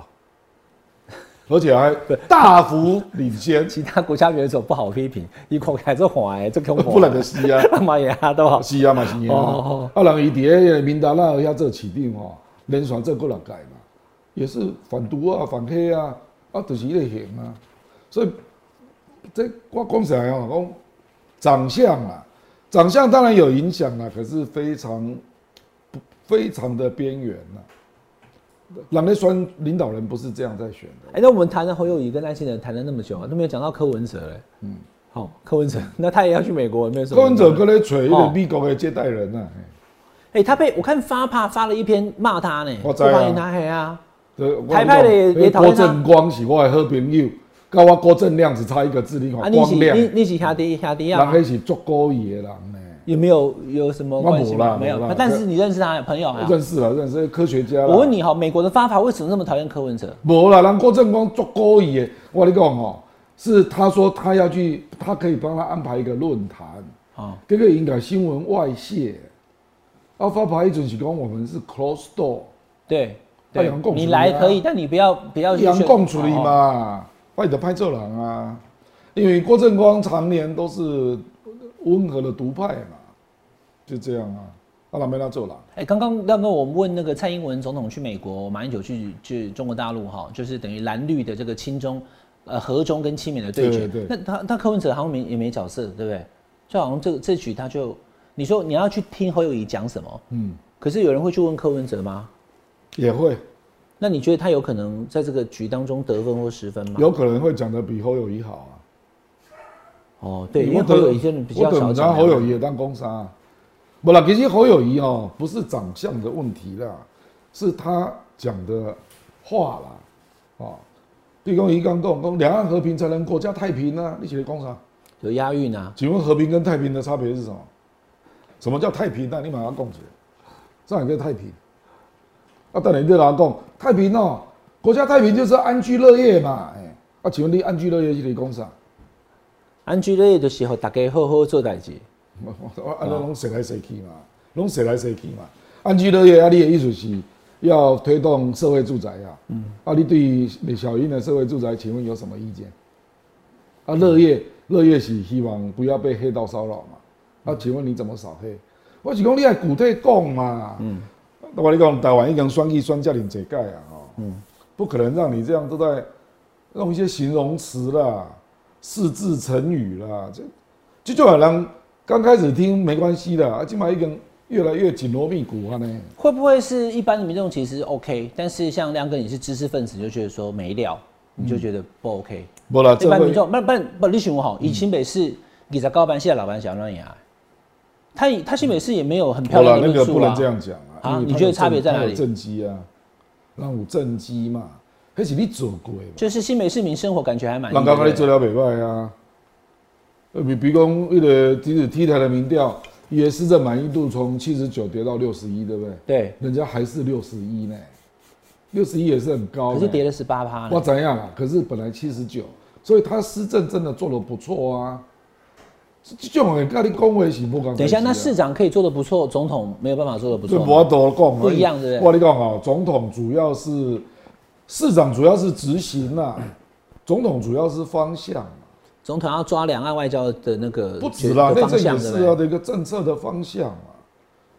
而且还大幅领先，
嗯 其他国家元首不好批评，你看起来这谎哎，这恐怖，
不然的是啊。
干嘛呀都好。
是啊嘛是
哦
啊，啊人伊伫咧民达拉遐做市长吼，连选做几落届嘛，也是反毒啊、反黑啊，啊就是迄个型啊，所以这我讲起来吼，讲长相啊，长相当然有影响啊啦，可是非常不非常的边缘啦。人咧选领导人不是这样在选的，
哎、那我们谈了侯友谊跟赖清德谈了那么久啊，都没有讲到柯文哲嘞。嗯，好、柯文哲，那他也要去美国，有没有什么？
柯文哲搁咧找迄
哦
个美国的接待人啊，嘿
哎、他被我看发帕发了一篇骂他呢，
我知啊
不欢迎他黑啊。
就我
台派的也
讲哎
也讨
郭
厌他
正光是我的好朋友，跟我郭正亮只差一个字，你看
啊，你是
光亮，
你
人
你是下弟下弟啊
迄？是足故意的人呢。
有没有有什么
我
关系
没
吗？
啦
没有
没啦，
但是你认识他的朋友啊？
认识了，认识科学家啦。
我问你哈，美国的发法为什么那么讨厌柯文哲？
无啦，人郭正光足故意的。我跟你讲哦，是他说他要去，他可以帮他安排一个论坛，
啊、
这个应该新闻外泄。啊，发牌一准是讲我们是 close door，
对
啊
对
阳，共
你
主义
来
啊
可以，但你不要不要去
阳
宣
共处理
哦
嘛，坏的拍这人啊。因为郭正光常年都是温和的独派嘛，就这样啊。阿拉没他做人，
哎，刚刚刚刚我们问那个蔡英文总统去美国，马英九去去中国大陆哈，就是等于蓝绿的这个亲中，呃，和中跟亲美的对决。
对对
那他他柯文哲好像没也没角色，对不对？就好像这这局他就，你说你要去听侯友谊讲什么，
嗯，
可是有人会去问柯文哲吗？
也会
那你觉得他有可能在这个局当中得分或失分吗？
有可能会讲的比侯友谊好啊。
哦，对，因为侯友谊真的比较
我
少讲
等着
啊。
侯友谊也当工商。不啦，其实侯友谊哦，不是长相的问题啦，是他讲的话啦，啊、哦，比如讲伊刚讲讲两岸和平才能国家太平啊，你写的工商。
有押韵啊，
请问和平跟太平的差别是什么？什么叫太平呢、你马上供起来，上海叫太平。啊，当然你就拿讲太平哦，国家太平就是安居乐业嘛。哎、啊，请问你安居乐业是你讲啥？
安居乐业的时候，大家好好做代志。
我我啊，拢谁来谁去嘛，拢谁来谁去嘛。安居乐业啊，你的意思是要推动社会住宅啊？嗯。啊，你对于李小英的社会住宅，请问有什么意见？啊，乐业乐业是希望不要被黑道骚扰嘛？啊，请问你怎么扫黑？我是讲你爱具体讲嘛。嗯。我跟你讲，台湾已经双议双教练这届啊，哦，嗯，不可能让你这样都在弄一些形容词啦、四字成语啦，这这种的人刚开始听没关系的，啊，今嘛已经越来越紧锣密鼓啊呢。
会不会是一般的民众其实 OK，但是像亮哥你是知识分子，就觉得说没料，你就觉得不 OK。
不啦，
一
嗯啊这
般民
会嗯
众，不不不，你想我好，以新北市你在高班，现在老板想乱牙，他以他新北市也没有很漂
好
亮
了，
的
那
论
个
述
不能这
啊。
样讲啊。
啊
因为他
你
有
觉得差别在
政
哪里
他有政绩啊，让有政绩嘛，而且你做过嘛，
就是新北市民生活感觉还蛮。
人家跟你做了袂歹啊。呃，比比如讲，那个即使 T 台的民调，伊的市政满意度从七十九跌到六十一，对不对？
对，
人家还是六十一呢，六十一也是很高。
可是跌了十八趴。
我怎样啊？可是本来七十九，所以他施政真的做的不错啊。这这种人跟你恭维是不讲。
等一下，那
啊
市长可以做的不错，总统没有办法做的不
这
错啊
我
吗。
多讲而已
不一样对不对
我跟你讲啊，总统主要是市长主要是执行啊，总统主要是方向啊，
总统要抓两岸外交的那个
不止啦，
的
内
方
政
向
也
对
是
不对
啊的一个政策的方向嘛。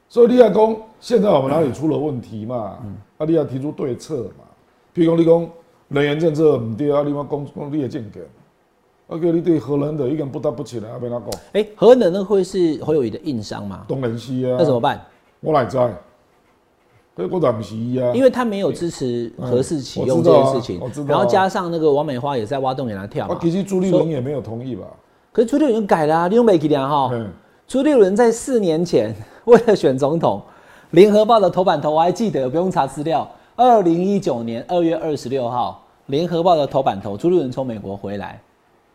所以你要讲现在我们哪里出了问题嘛？
嗯
啊，你要提出对策嘛。譬如讲你讲人员政策唔对啊，你讲讲讲你的见解，啊，叫你对荷兰的已经不得不起来，啊，要哪讲？
哎、核能那会是侯友谊的硬伤吗？
当然是啊。
那怎么？办？
我哪知？可是我当时啊，
因为他没有支持何氏启用
我
这
知道啊
件事情
我知道，啊
然后加上那个王美花也在挖洞给他跳
啊
嘛，。
其实朱立伦也没有同意吧？
可是朱立伦改了、啊，你用美吉良哈。
嗯，
朱立伦在四年前为了选总统，《联合报》的头版头我还记得，不用查资料，二零一九年二月二十六号，《联合报》的头版头，朱立伦从美国回来，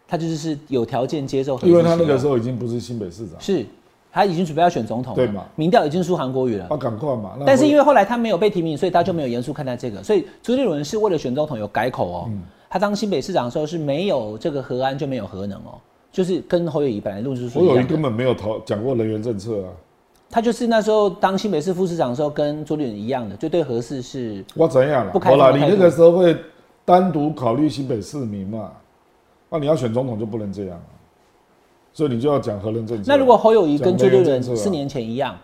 他就是有条件接受核
因
子
为他那个
使
时候已经不是新北市长，
啊用是他已经准备要选总统了，
对嘛哦
民调已经输韩国瑜了。
他啊赶快嘛。
啊
那
但是因
为
为后来他没有被提名，所以他就没有严肃看待这个。所以朱立伦是为了选总统有改口哦。
嗯
他当新北市长的时候是没有这个核安就没有核能哦，就是跟侯友谊本来论述是
侯
一
友谊
样的
根。本没有讨讲过人员政策啊，
他就是那时候当新北市副市长的时候跟朱立伦一样的，就对核事是
我怎样了？
不开放
好啦，
的
你
态度
那个时候会单独考虑新北市民嘛？那你要选总统就不能这样啊，所以你就要讲核能政策。
那如果侯友谊跟朱立
讲
伦
那个政策啊
四年前一样，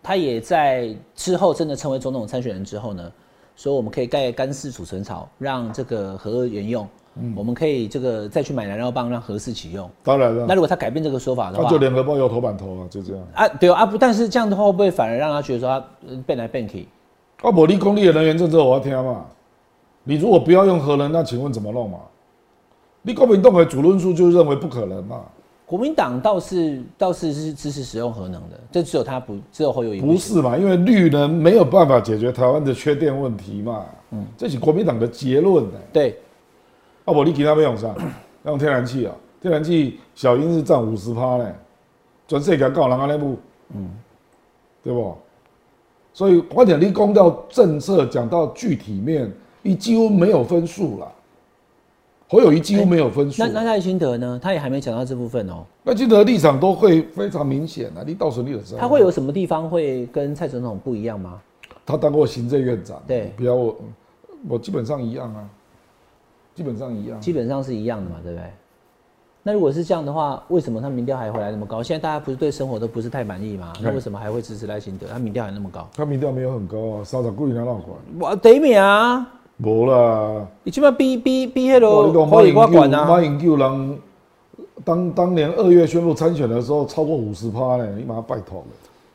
他也在之后真的成为总统参选人之后呢，说我们可以盖干式储存槽，让这个核沿用，
嗯
我们可以这个再去买燃料棒让核四启用。
当然了
那，如果他改变这个说法的
嗯那
话
就，联合报有头版头啊，就这样。
啊对哦啊不，但是这样的话会不会反而让他觉得说他呃变来变去？
啊，我立功立的能源政策我要听啊嘛。你如果不要用核能，那请问怎么弄嘛？你国民党的主论述就认为不可能嘛？
国民党倒是倒是是支持使用核能的，这只有他不只有侯友谊
不
行
是嘛？因为绿能没有办法解决台湾的缺电问题嘛。嗯，这是国民党的结论呢、
对
啊，我你其他要用啥？ 要用天然气啊、天然气小英是占五十趴呢，全世界搞人安尼不？嗯，对不？所以我讲你讲到政策，讲到具体面，你几乎没有分数啦。侯友谊几乎没有分数、
那那赖清德呢？他也还没讲到这部分哦。
那记得立场都会非常明显啊，你到时候你也知道。
他会有什么地方会跟蔡总统不一样吗？
他当过行政院长，
对
你不要我，我基本上一样啊，基本上一样。
基本上是一样的嘛，对不对？那如果是这样的话，为什么他民调还回来那么高？现在大家不是对生活都不是太满意吗？那为什么还会支持赖清德？他民调还那么高？
他民调没有很高啊，三十几人哪管？
我得免啊！
无啦，
你起码比比比迄
哇
个
你讲
侯
马
友
英
我
九，
管啊
马！英九人当当年二月宣布参选的时候，超过五十趴呢，你马上拜托了，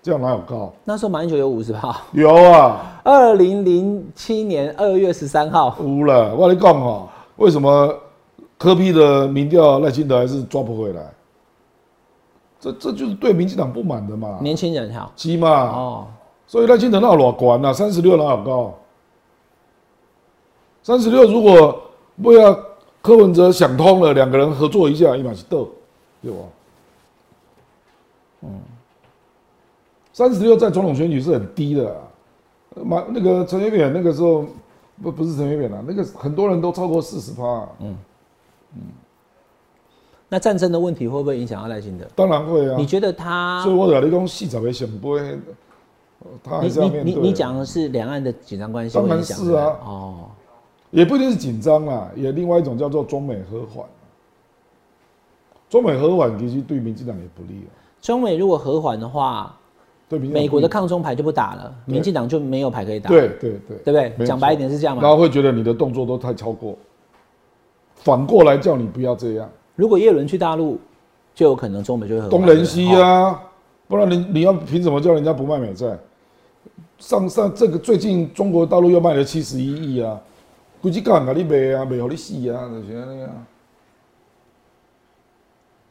这样哪有高？
那时候马英九有五十趴。
有啊，
二零零七年二月十三号，
有了。我跟你讲哦，为什么科批的民调赖清德还是抓不回来？这这就是对民进党不满的嘛，
年轻人哈，
鸡嘛。
哦，
所以赖清德那有偌悬啊？三十六哪有高？三十六如果为了柯文哲想通了，两个人合作一下，一码是斗，对吧？嗯，三十六在总统选举是很低的、啊。呃马那个陈水扁那个时候不不是陈水扁啊，那个很多人都超过四十趴，
那战争的问题会不会影响到赖清德？
当然会啊
你。觉得他
所以我讲你讲四十个选杯，呃他还
你
是要
你
面对
你
啊。
你讲的是两岸的紧张关系会
当然
影响
是啊
对不对哦，
也不一定是紧张啦，也另外一种叫做中美和缓。中美和缓其实对民进党也不利啊，
中美如果和缓的话，
对民进党不利
美国的抗中牌就不打了，
对
民进党就没有牌可以打，
对对对
对不对？
没错
讲白一点是这样
然
嘛
后。会觉得你的动作都太超过，反过来叫你不要这样，
如果叶伦去大陆，就有可能中美就会和缓
东人西
哦
啊，不然你你要凭什么叫人家不卖美债？上上这个最近中国大陆又卖了七十一亿啊，估计干给你卖啊，卖给你死啊，就是那样啊。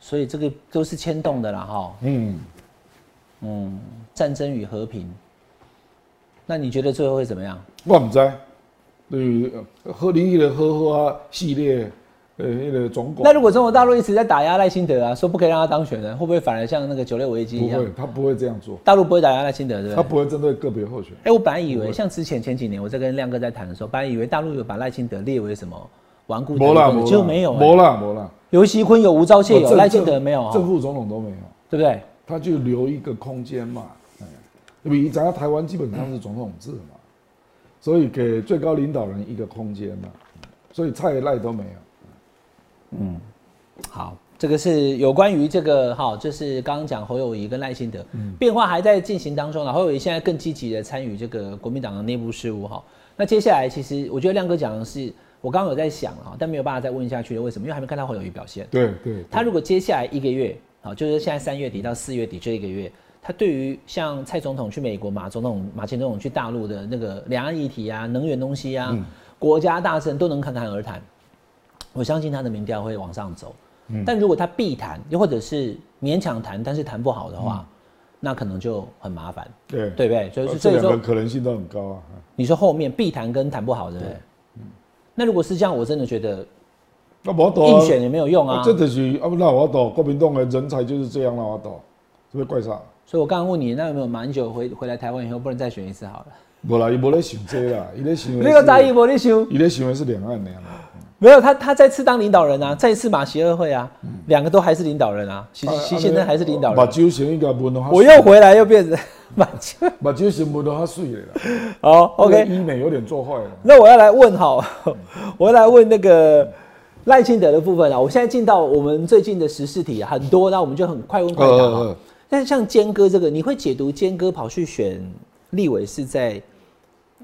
所以这个都是牵动的啦哈。
嗯，
战争与和平，那你觉得最后会怎么样？
我唔知道，对，呃喝林毅的喝喝啊系列，呃、那个总管，
那如果中国大陆一直在打压赖清德啊，说不可以让他当选人，会不会反而像那个九六危机
不
一样
会，，他不会这样做，
大陆不会打压赖清德，对不
他
对？
不会针对个别候选人。
哎、我本来以
不
为
会
像之前前几年我在跟亮哥在谈的时候，本来以为大陆有把赖清德列为什么顽固
没啦，
的，
没
就
啦
没有、
没
欸。
啦，没啦，
尤熙坤有，吴钊燮
我
有，
正
赖清德没有、
正
哦，
副总统都没有，
对不对？
他就留一个空间嘛。哎，因为咱台湾基本上是总统制嘛，所以给最高领导人一个空间嘛，所以蔡赖都没有。
好，这个是有关于这个哈，就是刚刚讲侯友谊跟赖清德、
嗯
变化还在进行当中了。侯友谊现在更积极的参与这个国民党的内部事务哈。那接下来其实我觉得亮哥讲的是，我刚刚有在想啊，但没有办法再问下去了，为什么？因为还没看到侯友谊表现。
对对，
他如果接下来一个月啊，就是现在三月底到四月底这一个月，他对于像蔡总统去美国、马总统、马前总统去大陆的那个两岸议题啊、能源东西啊、
嗯
国家大政都能侃侃而谈，我相信他的民调会
嗯
往上走。但如果他必谈，又或者是勉强谈，但是谈不好的话，那可能就很麻烦，
对
对不对？所以
嗯呃
是所
这
以
两
说
个，可能性都很高啊。
你说后面必谈跟谈不好，对不对？那如果是这样，我真的觉得
那我懂
硬选也没有用啊。
这就是啊，那我懂，国民党的人才就是这样，那我懂，这边怪啥？
所以我刚刚问你，那有没有马英九回回来台湾以后，不能再选一次好了？
无啦，伊无咧想这啦，伊咧想的
那
是。
个答应我的修
伊咧想的是两岸的啊。
没有他，他再次当领导人啊，再一次马协二会啊，
嗯
两个都还是领导人啊，习习先生还是领导
目
人。啊
睭先应该闻到较水。
我又回来又变成马 英九
目睭先闻到较水的啦。
好
那个
，OK，
医美有点做坏了。
那我要来问哈， 我要来问那个赖清德的部分啊。我现在进到我们最近的时事题、啊、很多，那我们就很快问快答、
呃
啊。
呃
但是像坚哥这个，你会解读坚哥跑去选立委是在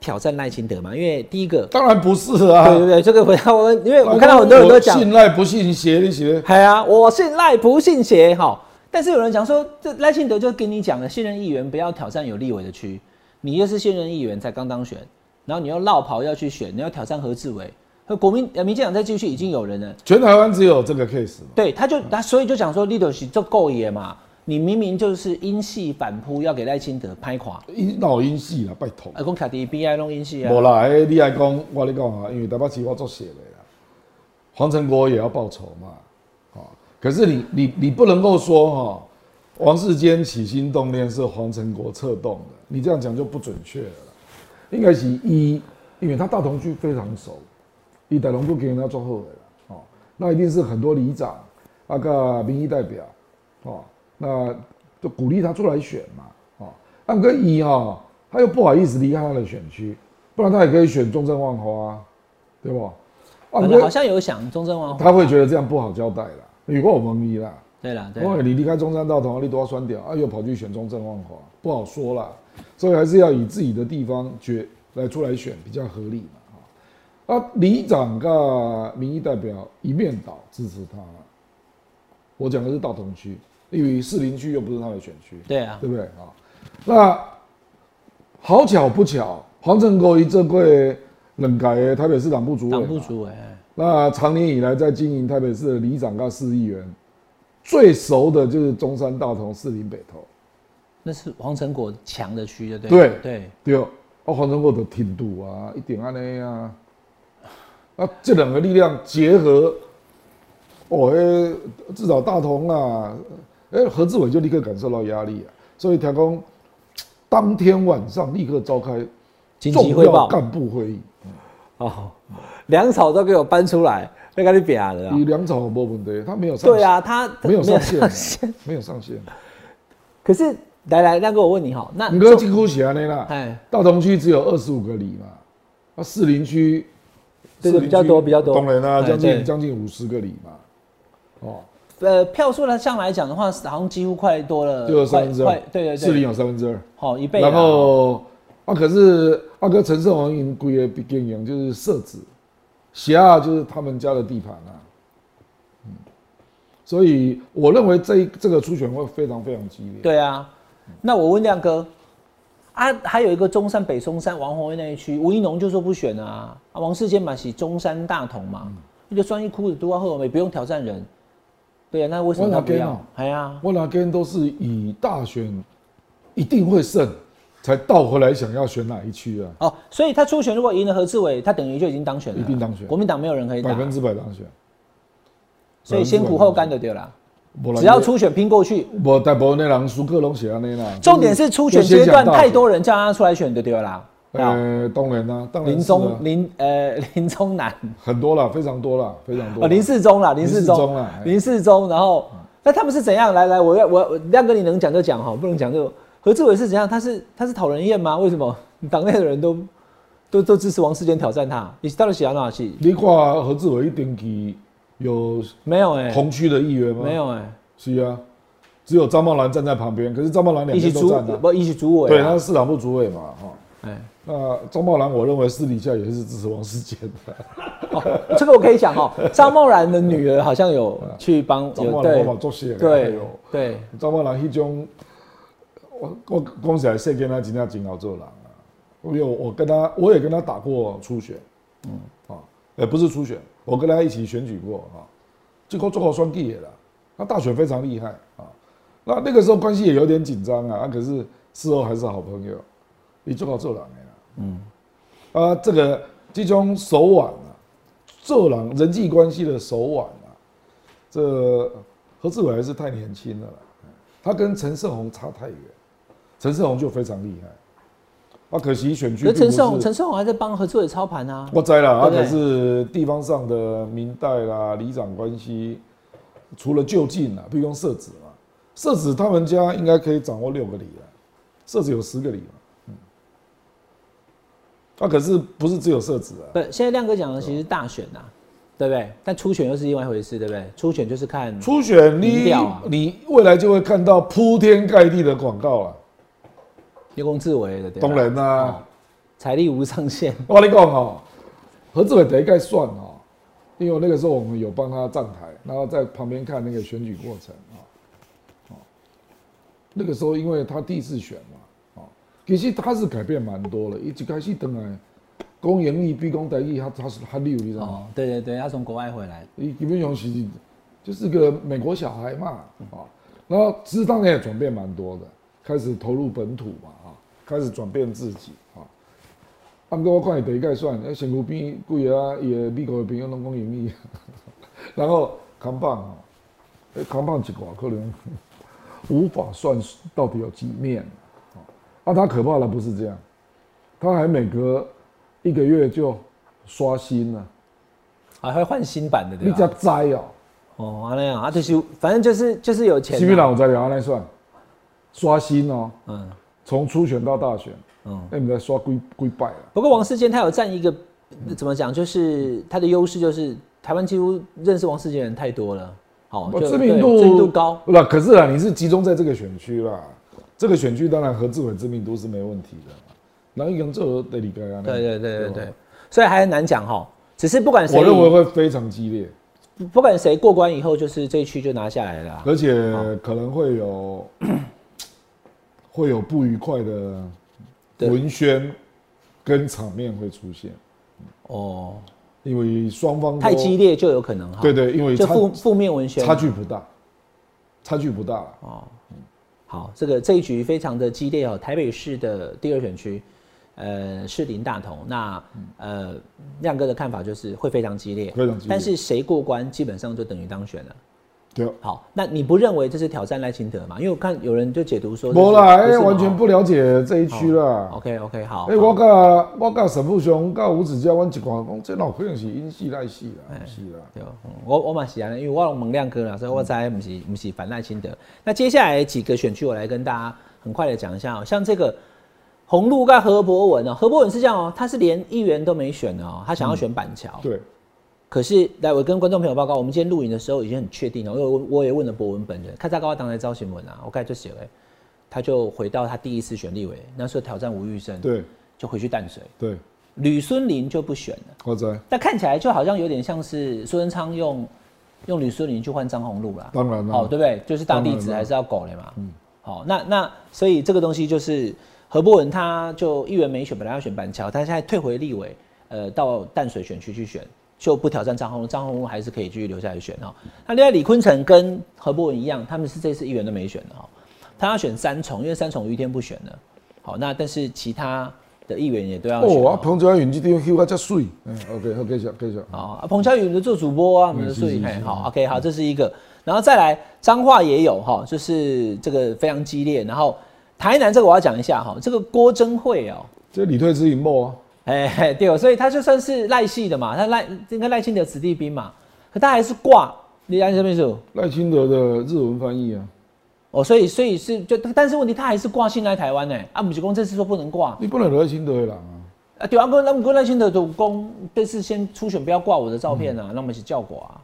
挑战赖清德吗？因为第一个，
当然不是啊。
对对对，这个回答我，因为我看到很多人都讲
我，信赖不信邪，你邪。
哎呀，我信赖不信邪哈。但是有人讲说，这赖清德就跟你讲了，现任议员不要挑战有立委的区，你又是现任议员才刚当选，然后你又绕跑要去选，你要挑战何志伟，那国民呃民进党再继续已经有人了，
全台湾只有这个 case 嘛。
对，他就他所以就讲说 leadership 就够野嘛，你明明就是因戏反扑，要给赖清德拍垮，
因闹因戏啦，拜托。
呃，讲卡迪 B I 弄因戏啊
无，啦，诶，你爱讲，我跟你讲啊，因为台北市我做血的啦，黄成国也要报仇嘛，哦，可是你你你不能够说哈、王世坚起心动念是黄成国策动的，你这样讲就不准确了啦，应该是一，因为他大同区非常熟，以大同区给人家做后尾了，哦，那一定是很多里长那个民意代表，哦，那就鼓励他出来选嘛，哦，那个一哈，他又不好意思离开他的选区，不然他也可以选中正万华、啊，对不？啊
可能好像有想中正王，
他会觉得这样不好交代啦。如果我们一啦，
对了对
因
啦
为你离开中山大同，你都要酸掉啊，又跑去选中正万华，不好说啦。所以还是要以自己的地方决来出来选比较合理嘛啊。啊，里长跟民意代表一面倒支持他啦。我讲的是大同区，因为士林区又不是他的选区。
对啊，
对不对啊？那好巧不巧，黄正国一这贵冷改的台北市党部主委嘛，
党部主委，哎
那常年以来在经营台北市的里长跟市议员，最熟的就是中山大同、士林北投。
那是黄成果强的区，对不
对
对，
对，啊，黄成国的挺度啊，一点安尼啊，啊，这两个力量结合，哦，诶，至少大同啊，诶，何志伟就立刻感受到压力啊，所以调工当天晚上立刻召开
紧
重
急汇
要
报。
干部会议，
哦，粮草都给我搬出来，被跟你扁了啊。
你粮草没问题，他没有上
对，啊，他
嗯没有上线啊
线。
没有上线，啊可
可是来来，亮哥，我问你哈，那
你哥几乎写安尼啦，
哎，
大同区只有二十五个里嘛，啊，士林区，
对对
士林区
比较多比较多
当然啦，
哎
将
对
近将近五十个里嘛，哦，
呃，票数呢上来讲的话，好像几乎快多了，
就有三啊
快
分之
快
二，
对对
士林
对，
有三分之二，
好一倍啊。
然后啊，可是啊，跟陈胜王赢归的经营就是设置，辖就是他们家的地盘啊，嗯所以我认为这一这个初选会非常非常激烈，
对啊，那我问亮哥。啊，还有一个中山北松山王宏威那一区，吴一农就说不选啊，啊王世坚嘛是中山大同
嗯
嘛，那就专一哭的都要后也不用挑战人，对啊，那为什么他不
我哪
要
边啊？
哎呀，
我那边都是以大选一定会胜，才倒回来想要选哪一区啊。
哦，所以他初选如果赢了何志伟，他等于就已经当选了，
一定当选
国民党没有人可以打
百，分之百当选。
所以先苦后甘就对了。
没啦
只要，初选拼过去，
我大部分的人输克拢写安尼啦。
重点是初选
就
阶
先
段
讲大选
太。多人叫他出来选就对了啦。啊，
呃，当然啦，当然
林
是啊
宗林呃 林宗南
很多啦，非常多啦，非常多
哦
啦。
林世忠啦林世
林世忠
忠
啦哎
林世忠，然后那他们是怎样？来来，我要我我亮哥你能讲就讲哈，不能讲就何志伟是怎样？他是他是讨人厌吗？为什么党内的人都都都支持王世坚挑战他？你到底喜欢哪戏？
你看何志伟一定期有
没有哎，
同区的议员吗？
没。有哎，
是啊，只有张茂兰站在旁边，可是张茂兰两
一起
边
主
都站了。
不一起主委
对，
啊
他是市党部主委嘛，哈。
哎，
那张茂兰，我认为私底下也是支持王世坚的。
哦，这个我可以讲哦，张梦然的女儿好像有去帮，
张茂
有
兰
对
我嘛做事的，哎
对
呦
对，
张茂兰迄种，我我讲起来，世间他真正真好做人啊。我有我跟他，我也跟他打过初选，嗯啊，也不是初选，我跟他一起选举过啊。结果做好双计也了，他大选非常厉害啊。那那个时候关系也有点紧张啊，啊可是事后还是好朋友，你做好做人的啦。嗯，啊，这个这种手腕啊，做人人际关系的手腕啊，这何志伟还是太年轻了啦，他跟陈胜宏差太远，陈胜宏就非常厉害。啊，可惜选区
可是陈
并不
胜宏
是
陈胜宏还在帮合作的操盘啊，
我知啦，啊，
对不
可
对
是地方上的民代啦、里长关系，除了就近啊啦，比如用社子嘛，社子他们家应该可以掌握六个里啦，社子有十个里嘛，嗯，啊，可是不是只有社子啊，
不，现在亮哥讲的其实是大选呐、啊，对不对？但初选又是另外一回事，对不对？初选就是看
初选
民
你、
调啊
你未来就会看到铺天盖地的广告啊，
叶公志伟的，对吧
当然啦、
哦财力无上限，
我跟你讲哦，何志伟得一概算哦，因为那个时候我们有帮他站台，然后在旁边看那个选举过程啊、哦。那个时候因为他第一次选嘛，哦，其实他是改变蛮多了，一直开始等来公演义、毕公德义，他他是他六，你知道吗
哦？，对对对，他从国外回来，
你基本上是就是个美国小孩嘛啊，然后其实当然也转变蛮多的，开始投入本土嘛啊，开始转变自己啊。啊，不过我看你第一概算，那身躯边几个啊，伊的美国的朋友拢讲英语， 然后扛棒哦，诶，扛棒一挂可能无法算到底有几面啊。啊，他可怕的不是这样，他还每隔一个月就刷新了、
还会啊换新版的，对
你只
吧？
栽哦、
哦，那样啊，就是反正就是就是有钱、
西米
啊，
朗我在聊安来算，刷新哦，
嗯
从初选到大选，哎
嗯。
那你们在刷归归败了。
不过王世坚他有占一个怎么讲，就是他的优势就是台湾几乎认识王世坚的人太多了，好、
我
就
哦知名
对
度
知名度高，
不啦，可是啊，你是集中在这个选区啦，这个选区当然何志伟知名度是没问题的，然后一个人做得理解啊，
对对对对
吧
对，所以还很难讲哈。只是不管谁
我，认为会非常激烈，
不管谁过关以后，就是这一区就拿下来了啊、
而且可能会有 会有不愉快的
对
文宣跟场面会出现，
哦，
因为双方都
太激，烈就有可能哈。
对，对，因为
就
差
负负面文宣
差距不大，差距不大啦。
哦。好，这个这一局非常的激烈哦，台北市的第二选区，呃，是林大同。那呃，亮哥的看法就是会非常激烈，
非常激烈
但是谁过关，基本上就等于当选了。
对啊，
好，那你不认为这是挑战赖清德吗？因为我看有人就解读说这是，
没啦，哎，
这是哦
完全不了解这一区啦。
OK OK，好。
哎，我甲我甲沈富雄、甲吴子嘉，阮一看讲，这老可能是因戏赖戏
哎
啦，不是啦。
对，嗯我我蛮喜欢的，因为我有蒙亮哥啦，所以我才不是不是反赖清德。那接下来几个选区，我来跟大家很快的讲一下、哦，像这个红路跟何博文哦，何博文是这样哦，他是连议员都没选哦，他想要选板桥、
对，
可是来我跟观众朋友报告，我们今天录影的时候已经很确定了，因为我我也问了博文本人，看他高当来招新闻啊，我刚才就写了，他就回到他第一次选立委，那时候挑战吴玉生，
对，
就回去淡水，
对，
吕孙林就不选了。
我知，
但看起来就好像有点像是苏贞昌用用吕孙林去换张宏禄啦，
当然啦
哦，对不对？就是大弟
当
子
然啦
还是要狗嘞嘛，嗯，好、那那所以这个东西就是何博文他就议员没选，本来要选板桥，他现在退回立委，呃，到淡水选区去选，就不挑战张宏禄，张宏禄还是可以继续留下来选哦。那另外李坤城跟何博文一样，他们是这次议员都没选的哦，他要选三重，因为三重于天不选了，好、那但是其他的议员也都要选、
哦，啊，
哦
彭佳云这地方修啊，遮水。嗯，OK，好，继续，继续。
哦，啊彭佳宇我们就做主播啊，我们的
嗯是
助
是
理
是
嘿好，OK，好，这是一个，然后再来彰化也有哈，就是这个非常激烈，然后台南这个我要讲一下哈，这个郭珍惠哦，
这李退之引爆啊，
哎、嘿对哦，所以他就算是赖系的嘛，他赖应该赖清德子弟兵嘛，可他还是挂你按这边数
赖清德的日文翻译啊，
哦，所以所以是就，但是问题他还是挂信来台湾呢，啊，不是公这次说不能挂
你不能惹赖清德的人啊。
啊，对啊，跟那跟赖清德主公这次先初选不要挂我的照片啊，那么是叫挂啊，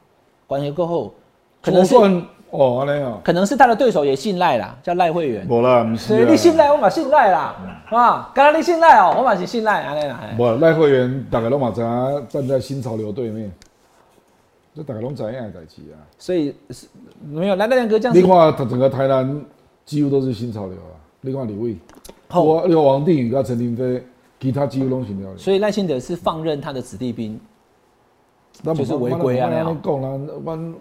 关系过后可能是
就。算哦，安尼啊，
可能是他的对手也信赖啦，叫赖慧媛。
无啦，不是
对，
啊。
你信赖我嘛信赖啦，啊，刚刚你信赖哦、我嘛是信赖，安尼啦。哎嘿
无赖慧媛大家拢嘛知影，站在新潮流对面，这大家拢知影的代志啊。
所以是没有来亮哥这样
你
子，
看，整个台南几乎都是新潮流啊。你看李卫，
好
我那个王定宇跟陈廷飞，其他几乎拢新潮流。
所以赖清德是放任他的子弟兵。
那
就是违规啊
那
那样
样讲啦，阮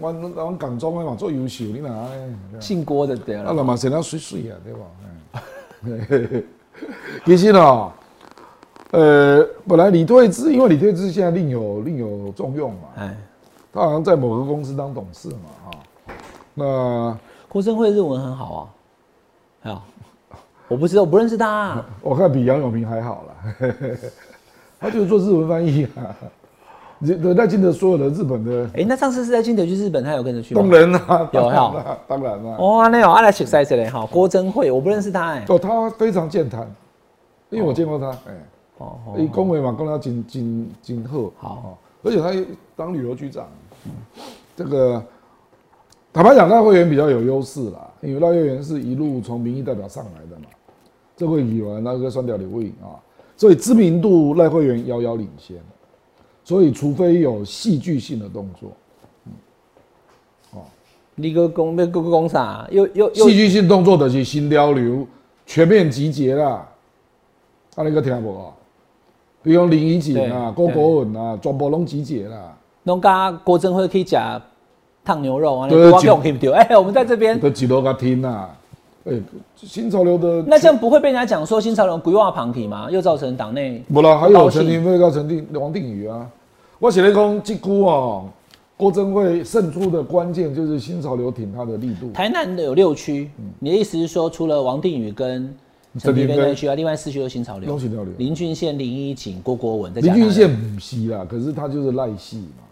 阮阮港中诶嘛做优秀，你哪安尼？
姓郭的对
啊，
了，
人啊嘛生得水水啊，对吧？嘿 其实呢，呃，本来李退之，因为李退之现在另有另有重用嘛，
哎，
他好像在某个公司当董事嘛，啊，那
郭生慧日文很好啊，哎呀，我不知道，我不认识他 啊、
我看比杨永平还好啦， 他就是做日文翻译啊，人家进的所有的日本的，
哎、那上次是在金德去日本，他有跟着去吗
当？然啦，
有
当然啦，当然啦，
哦，那有阿来熟悉一下哈，郭真慧，我不认识他哎、
哦，他非常健谈，因为我见过他，哎、
哦哦，
伊讲话嘛，讲了真真真好，
好
哦，而且他当旅游局长，这个坦白讲，赖慧媛比较有优势啦，因为赖慧媛是一路从民意代表上来的嘛，这位议员那个算掉李慧颖啊，所以知名度赖慧媛遥遥领先，所以除非有戏剧性的动作，
你个公那个公啥？又又又
戏剧性动作的是新潮流全面集结啦，啊，你个听无啊？比如林怡景啊、
对
郭国文啊，全部拢集结啦。
拢甲郭真慧去食烫牛肉啊？
对
我
就
讲对不对？哎、我们在这边，
都几多个听啊？哎、新潮流的
那这样不会被人家讲说新潮流规划旁体吗？又造成党内
不啦，还有
高兴
陈廷飞跟陈定王定宇啊。我写了一公这股哦，郭珍惠胜出的关键就是新潮流挺他的力度。
台南的有六区，
嗯
你的意思是说，除了王定宇跟陈
陈
廷
廷
飞
飞
那区啊，另外四区都是新潮流
都是新潮流，
林俊宪、林依锦、郭国文在
林
讲
俊宪不是啦，可是他就是赖系嘛，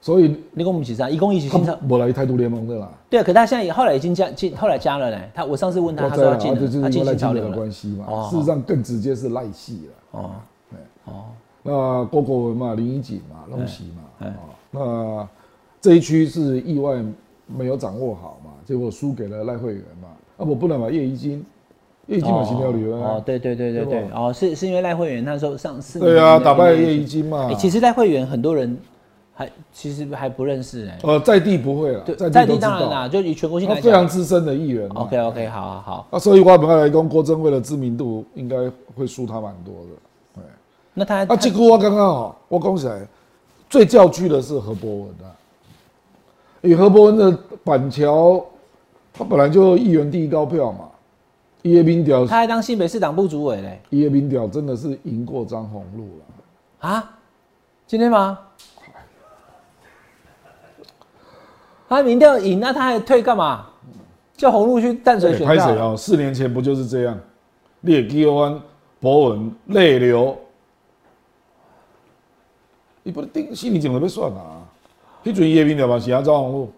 所以
你跟我们一起上，一共一起
他
新潮。
我来台独联盟的啦。
对啊，可他现在也后来已经加进，后来加了嘞。他我上次问他，
我
他
知
说
道
他进
啦，啊这
了，
就是
他进
因为
新
赖清
潮
德
流
的
了
关。系嘛
哦。
事实上更直接是赖系啦。
哦哎
那郭国文嘛，林怡锦嘛，龙喜嘛，哦，那这一区是意外没有掌握好嘛，结果输给了赖慧媛嘛，啊，我不能把叶怡金，叶怡金嘛，新条理论
哦
啊，，
对对对对
对
对，
吧
哦，是是因为赖慧媛那时候上四年
对
前
啊，
的
打败
那个
叶怡金嘛
哎，其实赖慧媛很多人还其实还不认识哎，
呃，在地不会了，
对，
在
在
地都
地
知
当然
道，
啦，就以全国性
他
来
非常
讲
资深的议员嘛
，OK OK，好好好。
啊，所以我们来讲，郭正为了知名度，应该会输他蛮多的，对。
那他
啊，
他
这个我刚刚哦，我讲起来，最叫屈的是何伯文啊，因为何伯文的板桥，他本来就议员第一高票嘛，伊的民调，
他还当新北市党部主委嘞
伊的民调真的是赢过张宏禄了。
啊？今天吗？他民调赢，那他还退干嘛？叫红路去淡水选
拍
票
谁啊？四年前不就是这样？列基湾、博文、泪流，你不是定心里怎么被算啊？迄阵伊的民调嘛是啊，张宏禄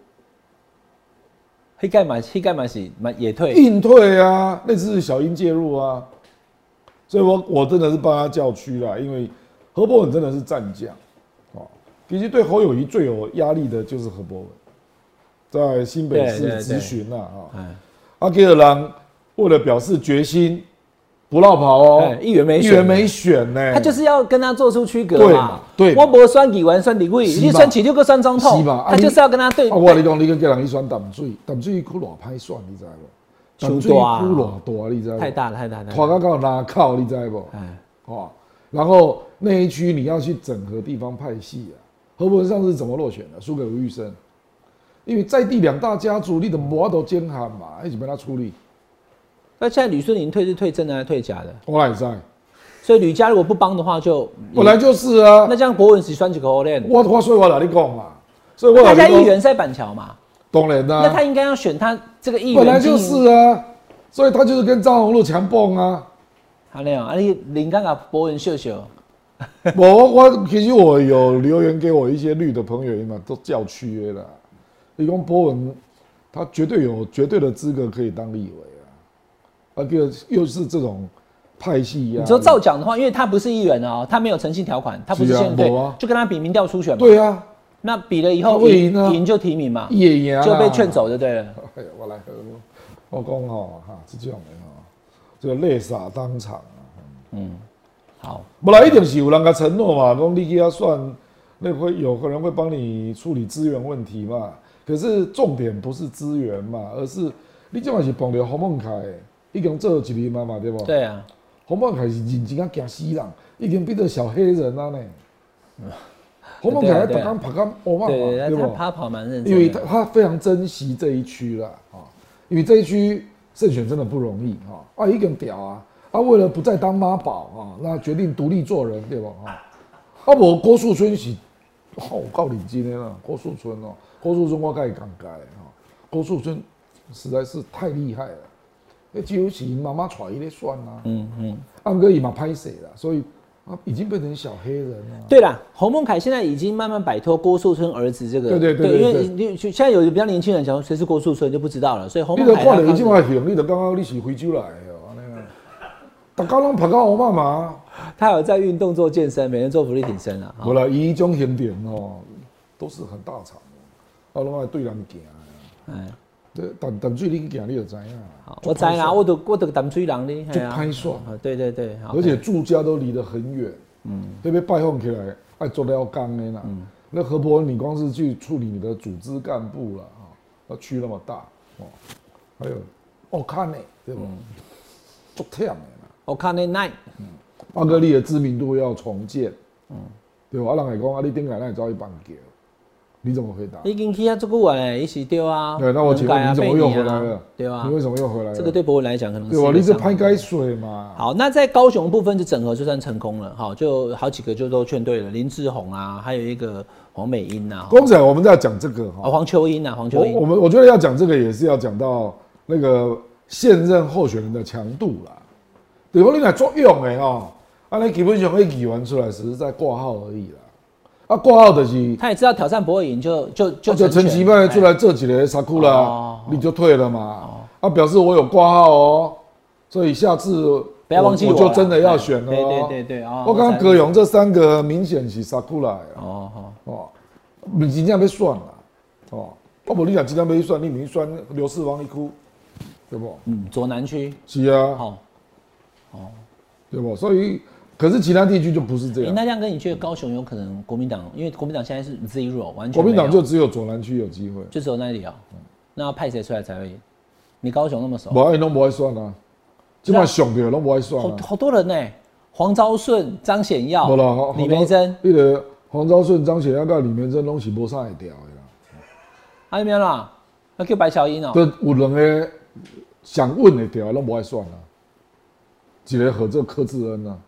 黑盖嘛，黑盖嘛是嘛也退。哎
硬退啊，那次是小英介入啊，所以我我真的是帮他叫屈啦，因为何伯文真的是战将哦。其实对侯友谊最有压力的就是何伯文，在新北
对
市
对对
咨询啦啊，
哎，
阿基尔郎为了表示决心，不落跑哦
哎，议员没
议
选
员没选呢，
他就是要跟他做出区隔
对
嘛
嘛。对嘛
我不算几完算几位，
是嘛
你算起就个算总统
是嘛啊，
他
你
就是要跟他对
啊，。我跟你讲，你跟叫人去选淡水，淡水窟偌歹选，你知无？淡水
太大啊
窟偌大，你知无？
太大了，太大了。
拖到到拉靠，你知无？
哎，
哦，然后那一区你要去整合地方派系啊。何伯文上次怎么落选的？输给吴玉生，因为在地两大家族，你的摩都兼喊嘛，一起帮他处理。
那现在吕顺林退是退真的还是退假的？
我哪
嗯
在？
所以吕家如果不帮的话，就
本来就是啊
那，这样国文只算几个欧练。
我我所以我哪里讲嘛？所以我
大
哪
家议
里讲？
员在板桥嘛，
当然啦、
那他应该要选他这个议员。
本来就是。啊，所以他就是跟张宏禄强蹦啊。
好嘞，啊你林刚啊，博文秀秀，
我我其实我有留言给我一些绿的朋友嘛，都叫屈约了。李光波文，他绝对有绝对的资格可以当立委啊，而且又是这种派系啊呀、
你说照讲的话，因为他不是议员哦，他没有诚信条款，他不是
是啊
现对
没有啊，
就跟他比民调初选嘛。
对啊，
那比了以后
他会赢啊
赢就提名嘛，
也赢啊
就被劝。走就对了。
哎呀，我来喝，我讲哦，哈，是这样的哈、这个泪洒当场啊。
好，
本来一定是有人家承诺嘛，讲你给他算，那会有可能会帮你处理资源问题嘛。可是重点不是资源嘛，而是你这晚是碰到洪孟凯，已经做了一年嘛嘛，对不？
对啊，
洪孟凯是认真啊，惊死人，已经变成小黑人啊呢。洪孟凯
对
打刚爬刚欧嘛，
对
对
对，他
不？
他跑蛮认真的，
因为他他非常珍惜这一区啦啊，因为这一区胜选真的不容易啊，啊一个人屌啊，啊为了不再当妈宝啊，那决定独立做人对吧啊？啊我郭树春是，哦、我告你今天啊，郭树春哦，郭树春我该感慨啊，郭树春实在是太厉害了，那几乎是他妈妈传一咧算啊，
嗯嗯，
安哥也嘛拍谁了，所以啊已经变成小黑人啊了。
对啦，洪孟凯现在已经慢慢摆脱郭树春儿子这个，
对对对对
因为你现在有比较年轻人想说谁是郭树春就不知道了，所以洪
你
孟
都
凯
看
他
到伊即摆形，你就感觉你是非洲来的哦，安尼啊。大家拢拍到乌嘛嘛，
他有在运动做健身，每天做福利挺身啊，
无啦，伊迄种形状哦，都是很大场的，啊，拢爱对人行的。
哎，
这淡淡水你行，你就知影。
好，我在啦，我都我都淡水人哩，
就
嘿啊
拍算
啊，对对对，好
而且住家都离得很远，嗯，特别拜访起来爱做了工的啦。
嗯
那何伯文，你光是去处理你的组织干部啦，啊，那区那么大哦，还有哦看呢，对
嗯
不？足忝的啦。
我看那 night，
阿哥啊你的知名度要重建，
嗯
对吧？啊，人会讲啊，你顶下那招一棒球，你怎么回答？
已经去啊这个晚嘞，一起丢啊，
对，那我请
两届
问
啊
你怎么
贝
又
尼啊
回来了？
对吧
你？为什么又回来了？
这个对博文来讲可能
对吧？啊你是
伤害
拍该水嘛？
好，那在高雄部分就整合就算成功了，好，就好几个就都劝对了，林志宏啊，还有一个黄美英啊，
公仔，我们在讲这个
啊
哈，
黄秋英啊，黄秋
哦我
英
我，们我觉得要讲这个也是要讲到那个现任候选人的强度啦。对吧？你来作用的哦，啊，你基本上那议员出来只是在挂号而已啦。啊，挂号就是
他也知道挑战不会赢，就就就
哦就
成
陈
全哎
其迈出来这几个杀库
哦
啦，你就退了嘛。啊，表示我有挂号哦，所以下次
不要忘记
我，
我
就
啦
真的要选了。哦
对对对。对啊，
我刚刚葛勇这三个明显是杀库啦，
哦好，
哦，不是真正要算啦，哦，我无你讲真正要算，你明算刘世王一哭，对不？
嗯，左南区
是啊，
好，
对不？所以可是其他地区就不是这
诶
样，
那这样跟你去高雄有可能国民党，因为国民党现在是 zero 完全没有，
国民党就只有左南区有机会，
就只有那里啊，那要派谁出来才会赢？你高雄那么熟，
无爱拢无爱算啊，即摆上票拢无爱算
好
啊。
好多人呢、黄昭顺、张显
无啦，
耀、
黄
李梅珍，，
迄个黄昭顺、张显耀甲李梅珍拢是无啥会调的啦。
啊还有没有啦？那叫白小英哦、
都有两个想问的调的拢无爱选啦，一个合作柯志恩啊，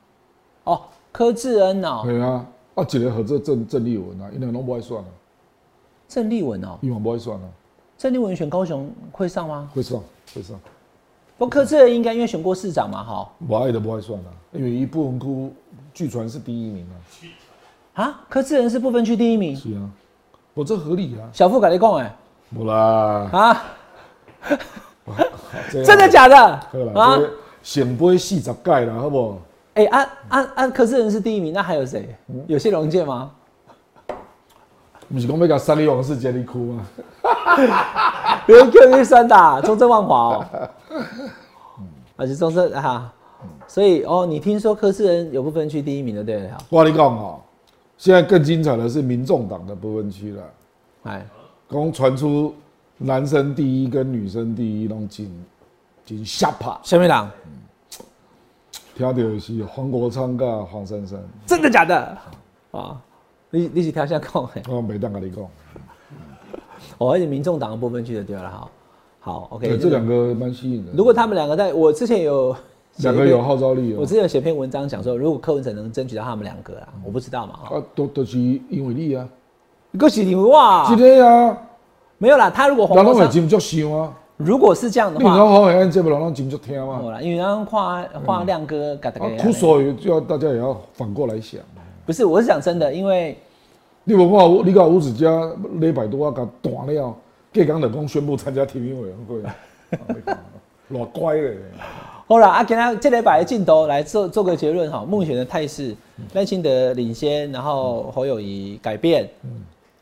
哦，柯志恩哦、
系啊，啊一个合作郑郑丽文啊，因两个拢无爱选啊，
郑丽文哦、
伊嘛无爱选啊，
郑丽文选高雄会上吗？
会上会上，
不，柯志恩应该因为选过市长嘛，哈
无爱就无爱选啊，因为伊不分区据传是第一名啊，
啊，柯志恩是不分区第一名，
是啊，我这合理啊，
小富改你讲哎
无啦，
啊，
真
真的假的
好啊啦，
啊？
这选杯四十届啦，好不好？
哎、啊啊啊，柯志恩是第一名，那还有谁？
嗯
有谢龙介吗？
不是讲要甲三立王世杰你哭吗？
有 Q 去三打中正万华哦，而且中正啊，所以哦，你听说柯志恩有不分区第一名的对不对？好
我跟你讲哦，现在更精彩的是民众党的不分区了，
哎，
刚传出男生第一跟女生第一拢真真吓怕，
小美郎，
听到的是黄国昌跟啊黄珊珊，
真的假的？啊，你你是条线讲的，
我没当跟你讲，
哦，而且民众党的部分区的对了哈。好，OK，
对，
这
这
个
两个蛮吸引人的，
如果他们两个在，我之前有
两个有，号召力
我
哦
之，前有写篇文章讲说，如果柯文哲能争取到他们两个啊，我不知道嘛哈。
啊，都都是因为你啊，
恭喜你哇
今！天啊，
没有啦，他如果
人
黄
拢
国
会
昌，
真足想啊，
如果是这样的
你
话，
讲好会按这部人拢真足听嘛，
好啦，因为刚刚画画亮哥给哦大
啊
家，
苦所以就要大家也要反过来想。
不是，我是讲真的，因为
你文化，你甲吴子嘉礼拜多啊，甲断了，隔天就讲宣布参加提名委员会，啊你看偌乖嘞！
好了啊，给他这礼拜的镜头来做做个结论哈。目前的态势，赖清德领先，然后侯友谊改变，
嗯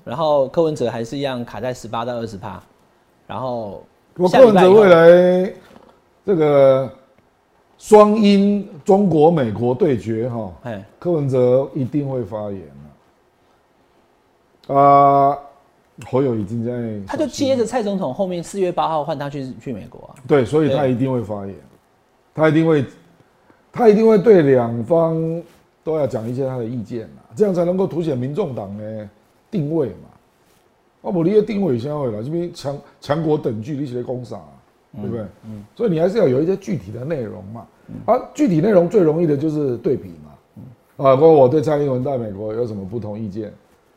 然后柯文哲还是一样卡在十八到二十趴，然后
我
下
个
礼
人
拜
则
以后
未来这个双英中国美国对决哈，
哎
柯文哲一定会发言啊！啊，侯友已经在，
他就接着蔡总统后面四月八号换他去去美国啊。
对，所以他一定会发言，他一定会，他一定会对两方都要讲一些他的意见啦，这样才能够凸显民众党的定位嘛。啊，我你的定位先会啦，这边强强国等距离起来攻啥、对不对？嗯，所以你还是要有一些具体的内容嘛。啊，具体内容最容易的就是对比嘛。啊，包括我对蔡英文在美国有什么不同意见，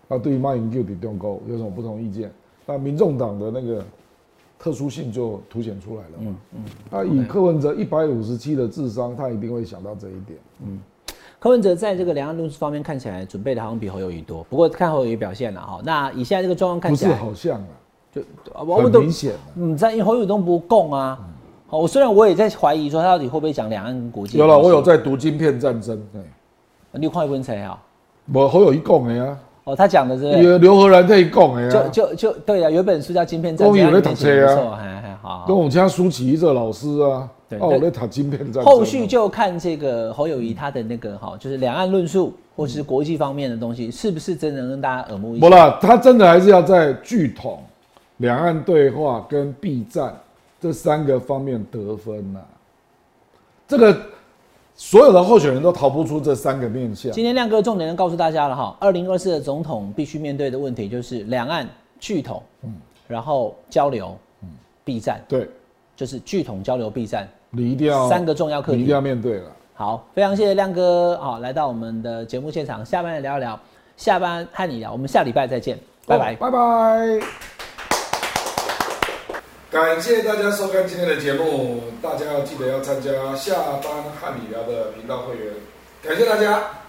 啊，对于马英九的中国有什么不同意见，那民众党的那个特殊性就凸显出来了嘛。嗯，啊，以柯文哲一百五十七的智商，他一定会想到这一点。
柯文哲在这个两岸论述方面看起来准备的好像比侯友谊多，不过看侯友谊表现了哈。那以现在这个状况看
不
起
是
来，
好像啊，
就啊我
很
都
明显啊嗯
嗯，在因为侯友东不共啊。好，我虽然我也在怀疑说他到底会不会讲两岸跟国际的
有
东西。
了，我有在读《晶片战争》对，
你有看一本册啊？
我侯友一讲的呀、
哦，他讲的是
啊，有刘荷兰在讲的呀、
就
啊，
就就对啊，有一本书叫《晶片战
我
争》，
以为
它里面写得
读
不
册啊
错，还还好。
跟
好
我们家舒淇这老师啊，
对
哦，我
但
在谈《晶片战争》啊，
后续就看这个侯友谊他的那个哈，就是两岸论述或是国际方面的东西，是不是真的跟大家耳目一
不
新？
啦，他真的还是要在据统、两岸对话跟避战这三个方面得分呐、啊这个所有的候选人都逃不出这三个面向。
今天亮哥重点要告诉大家了哈，二零二四的总统必须面对的问题就是两岸聚统，然后交流，嗯避战，
对，
就是聚统交流避战。
你一定要
三个重要课题
你一定要面对了。
好，非常谢谢亮哥啊、来到我们的节目现场，下班来聊一聊，下班和你聊，我们下礼拜再见，拜拜。
哦拜拜。感谢大家收看今天的节目，大家要记得要参加下班和你聊的频道会员，感谢大家。